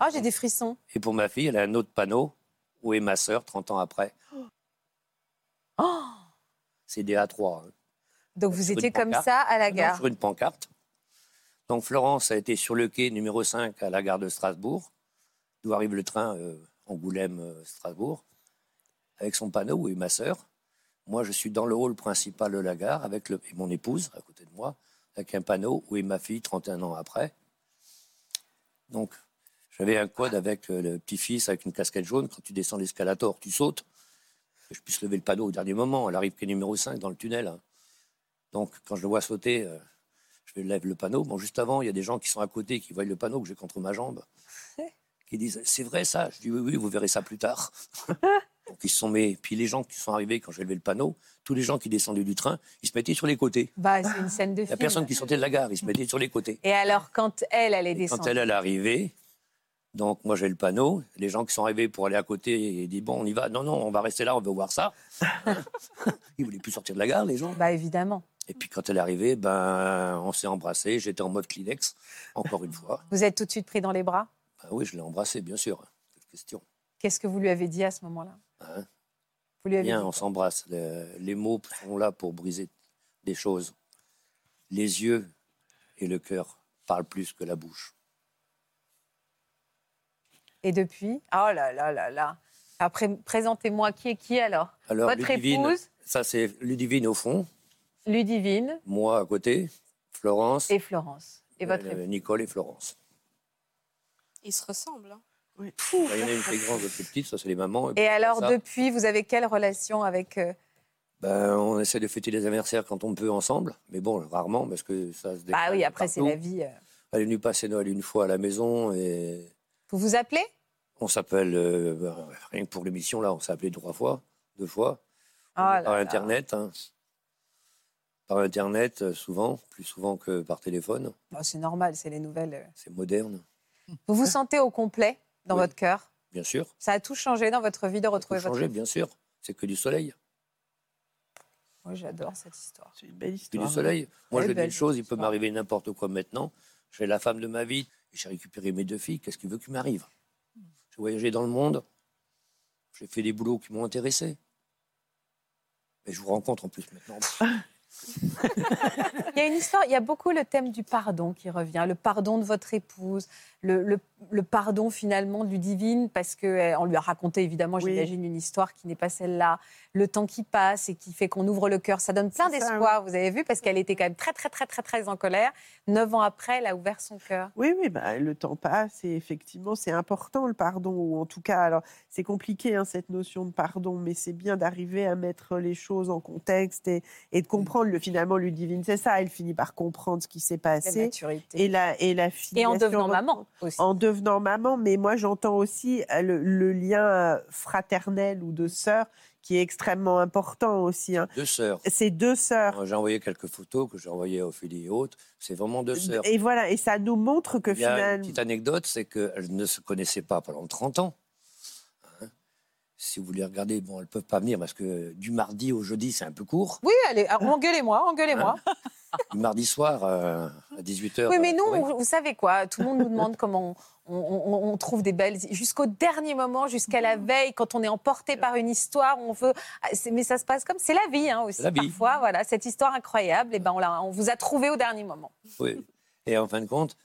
S1: Ah, j'ai des frissons.
S4: Et pour ma fille, elle a un autre panneau. Où est ma sœur 30 ans après
S1: Oh
S4: C'est des A3. hein.
S1: Donc vous
S4: Sur une
S1: étiez comme
S4: pancarte.
S1: ça à la
S4: Non,
S1: gare.
S4: Sur une pancarte. Donc Florence a été sur le quai numéro 5 à la gare de Strasbourg, d'où arrive le train euh, Angoulême-Strasbourg, avec son panneau et ma sœur. Moi, je suis dans le hall principal de la gare avec le, et mon épouse à côté de moi, avec un panneau où est ma fille 31 ans après. Donc, j'avais un code avec euh, le petit-fils avec une casquette jaune. Quand tu descends l'escalator, tu sautes. Que je puisse lever le panneau au dernier moment. Elle arrive qu'à numéro 5 dans le tunnel. hein. Donc, quand je le vois sauter, euh, je lève le panneau. Bon, juste avant, il y a des gens qui sont à côté, qui voient le panneau que j'ai contre ma jambe, qui disent C'est vrai ça Je dis Oui, oui, vous verrez ça plus tard. Donc, ils se sont mis. Puis les gens qui sont arrivés quand j'ai levé le panneau, tous les gens qui descendaient du train, ils se mettaient sur les côtés.
S1: Bah, c'est une scène de
S4: Il n'y a
S1: film.
S4: personne qui sortait de la gare, ils se mettaient sur les côtés.
S1: Et alors, quand elle, elle est
S4: Et quand
S1: descendue.
S4: elle, elle est arrivée, donc moi j'ai le panneau, les gens qui sont arrivés pour aller à côté et disent Bon, on y va. Non, non, on va rester là, on veut voir ça. ils voulaient plus sortir de la gare, les gens.
S1: Bah, évidemment.
S4: Et puis quand elle est arrivée, ben, on s'est embrassé. J'étais en mode Kleenex, encore une fois.
S1: Vous êtes tout de suite pris dans les bras.
S4: Ben oui, je l'ai embrassée, bien sûr. Quelle question.
S1: Qu'est-ce que vous lui avez dit à ce moment-là
S4: Hein
S1: Vous lui avez
S4: Bien,
S1: dit
S4: on s'embrasse. Le- les mots sont là pour briser des choses. Les yeux et le cœur parlent plus que la bouche.
S1: Et depuis Oh là là là là. Après, présentez-moi qui est qui alors
S4: Alors,
S1: Votre
S4: Ludivine,
S1: épouse,
S4: ça c'est Ludivine au fond,
S1: Ludivine
S4: moi à côté, Florence,
S1: et Florence. Et votre
S4: euh,
S1: épouse.
S4: Nicole et Florence.
S2: Ils se ressemblent. hein.
S4: Bah, Il y en a une plus grande, une plus petite, ça c'est les mamans. puis
S1: Et alors,
S4: ça,
S1: depuis, vous avez quelle relation avec. euh,
S4: ben, on essaie de fêter les anniversaires quand on peut ensemble, mais bon, rarement parce que ça se
S1: Bah oui,
S4: décale
S1: après, c'est
S4: partout.
S1: la vie. euh.
S4: Elle est venue passer Noël une fois à la maison et
S1: Vous vous appelez
S4: on s'appelle, euh, bah, rien que pour l'émission là, on s'est appelé trois fois, deux fois,
S1: Oh là
S4: par
S1: là.
S4: Internet. hein. par Internet, euh, souvent, plus souvent que par téléphone.
S1: Bah,
S3: Bon, c'est normal, c'est les nouvelles.
S4: C'est moderne,
S1: euh. Vous vous sentez au complet dans
S4: Oui.
S1: votre cœur
S4: bien sûr.
S1: Ça a tout changé dans votre vie de
S4: Ça peut
S1: retrouver votre...
S4: changer, bien sûr. C'est que du soleil.
S1: Moi, j'adore cette histoire.
S8: C'est une belle
S4: Que du
S8: histoire.
S4: soleil. Moi,
S3: Elle est
S4: je dis
S3: belle,
S4: une chose, il
S3: cette
S4: peut
S3: histoire.
S4: m'arriver n'importe quoi maintenant. J'ai la femme de ma vie, j'ai récupéré mes deux filles, qu'est-ce qu'il veut qu'il m'arrive J'ai voyagé dans le monde, j'ai fait des boulots qui m'ont intéressé. Et je vous rencontre en plus maintenant.
S1: Il y a une histoire, il y a beaucoup le thème du pardon qui revient, le pardon de votre épouse, le, le- le pardon finalement du divine, parce qu'on lui a raconté évidemment,
S8: Oui.
S1: j'imagine, une histoire qui n'est pas celle-là, le temps qui passe et qui fait qu'on ouvre le cœur. Ça donne plein
S8: C'est ça,
S1: d'espoir, vous avez vu, parce qu'elle était quand même très, très, très, très, très en colère. Neuf ans après, elle a ouvert son cœur.
S8: Oui, oui, bah, le temps passe et effectivement, c'est important le pardon, ou en tout cas, alors c'est compliqué hein, cette notion de pardon, mais c'est bien d'arriver à mettre les choses en contexte et, et de
S4: Mmh.
S8: comprendre le finalement Ludivine, c'est ça, elle finit par comprendre ce qui s'est
S1: La
S8: passé
S1: maturité.
S8: et la, et la filiation
S1: Et en devenant
S8: retrouvée.
S1: maman aussi.
S8: En devenant maman, mais moi j'entends aussi euh, le, le lien euh, fraternel ou de sœur qui est extrêmement important aussi. hein.
S4: Deux sœurs.
S8: Ces deux sœurs
S4: J'ai envoyé quelques photos que j'ai envoyées à Ophélie et autres. C'est vraiment deux sœurs.
S8: Et voilà, et ça nous montre que
S4: Il y a une
S8: finalement.
S4: petite anecdote, c'est qu'elles ne se connaissaient pas pendant 30 ans. Hein. Si vous les regardez, bon, elles ne peuvent pas venir parce que du mardi au jeudi, c'est un peu court.
S3: Oui, allez, alors, engueulez-moi, engueulez-moi.
S4: Du mardi soir euh, à 18h.
S1: Oui, mais nous, on- vous savez quoi Tout le monde nous demande comment on, on- on- on trouve des belles. Jusqu'au dernier moment, jusqu'à la veille, quand on est emporté par une histoire, on veut. Ah, c'est- Mais ça se passe comme. C'est la vie hein, aussi,
S4: La vie.
S1: parfois. Voilà, cette histoire incroyable, et ben, on, l'a- on vous a trouvé au dernier moment.
S4: Oui. Et en fin de compte,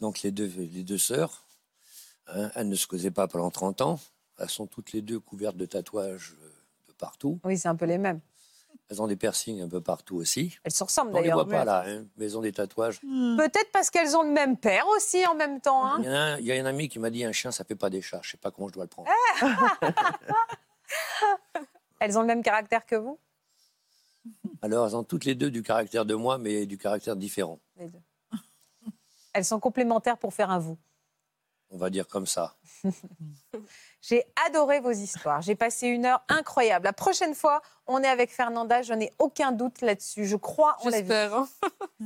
S4: donc les deux, les deux sœurs, hein, elles ne se causaient pas pendant 30 ans. Elles sont toutes les deux couvertes de tatouages euh, de partout.
S1: Oui, c'est un peu les mêmes.
S4: Elles ont des piercings un peu partout aussi.
S1: Elles se ressemblent
S4: On ne les voit
S1: d'ailleurs.
S4: pas là, hein, mais elles ont des tatouages.
S1: Peut-être parce qu'elles ont le même père aussi en même temps. hein.
S4: Il y, en a un- il y a un ami qui m'a dit un chien, ça fait pas des chats. Je sais pas comment je dois le prendre.
S1: Ah. Elles ont le même caractère que vous.
S4: Alors, elles ont toutes les deux du caractère de moi, mais du caractère différent.
S1: les deux. Elles sont complémentaires pour faire un vous.
S4: On va dire comme ça.
S1: J'ai adoré vos histoires. J'ai passé une heure incroyable. La prochaine fois, on est avec Fernanda. Je n'ai aucun doute là-dessus. Je crois en la vie.
S2: J'espère. hein.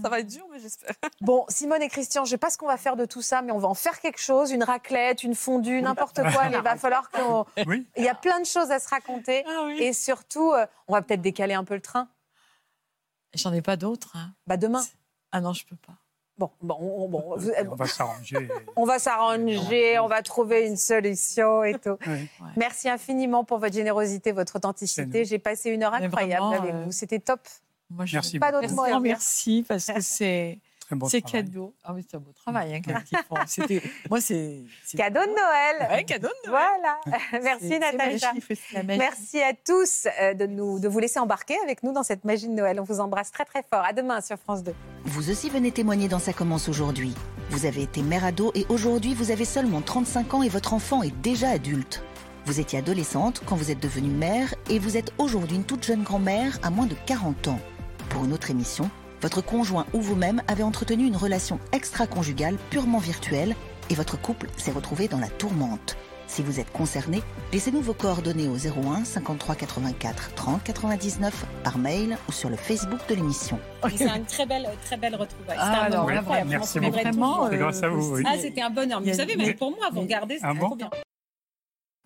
S2: ça va être dur, mais j'espère.
S1: Bon, Simone et Christian, je ne sais pas ce qu'on va faire de tout ça, mais on va en faire quelque chose. Une raclette, une fondue, n'importe quoi. Mais il va falloir qu'on...
S7: Oui,
S1: Il y a plein de choses à se raconter. Et surtout, euh, on va peut-être décaler un peu le train.
S6: J'en ai pas d'autres. hein.
S1: Bah, demain.
S6: Ah non, je peux pas.
S1: Bon, bon, on, bon, vous-
S7: on va s'arranger.
S1: on va s'arranger, on va trouver une solution et tout.
S7: Oui.
S1: Merci infiniment pour votre générosité, votre
S7: C'est
S1: authenticité.
S7: nous.
S1: J'ai passé une heure
S6: Mais
S1: incroyable
S6: vraiment,
S1: avec
S6: euh,
S1: vous. C'était top.
S6: Moi, je
S7: Merci
S1: Pas
S7: beaucoup.
S1: d'autres
S6: Merci,
S1: mots à dire.
S6: merci parce que c'est
S7: Très bon
S6: c'est
S7: travail.
S6: cadeau. Ah oui, c'est un beau travail hein, quand- qu'ils font. C'était- Moi, c'est c'est-
S1: Cadeau de Noël.
S6: Ouais, cadeau. de-
S1: Voilà.
S6: c'est-
S1: Merci
S6: c'est
S1: Natacha.
S6: magique, c'est la magie.
S1: Merci à tous euh, de, nous, de vous laisser embarquer avec nous dans cette magie de Noël. On vous embrasse très très fort. À demain sur France 2.
S9: Vous aussi venez témoigner dans Ça commence aujourd'hui. Vous avez été mère ado et aujourd'hui vous avez seulement 35 ans et votre enfant est déjà adulte. Vous étiez adolescente quand vous êtes devenue mère et vous êtes aujourd'hui une toute jeune grand-mère à moins de 40 ans. Pour une autre émission, votre conjoint ou vous-même avez entretenu une relation extra-conjugale purement virtuelle et votre couple s'est retrouvé dans la tourmente. Si vous êtes concerné, laissez-nous vos coordonnées au 01 53 84 30 99 par mail ou sur le Facebook de l'émission.
S10: Et c'est une très belle, très belle retrouvaille.
S6: Ah,
S10: C'était un
S6: alors,
S10: moment
S7: vraiment,
S10: incroyable.
S7: merci
S10: on se
S7: beaucoup.
S10: reverrait
S6: Vraiment,
S10: toujours.
S7: C'est grâce à vous, oui.
S10: Ah, c'était un bonheur. Mais
S6: Il y
S10: vous
S6: a-
S10: savez, même
S7: mais-
S10: pour moi, vous
S6: mais-
S10: regardez, c'était
S7: Ah bon
S10: trop bien.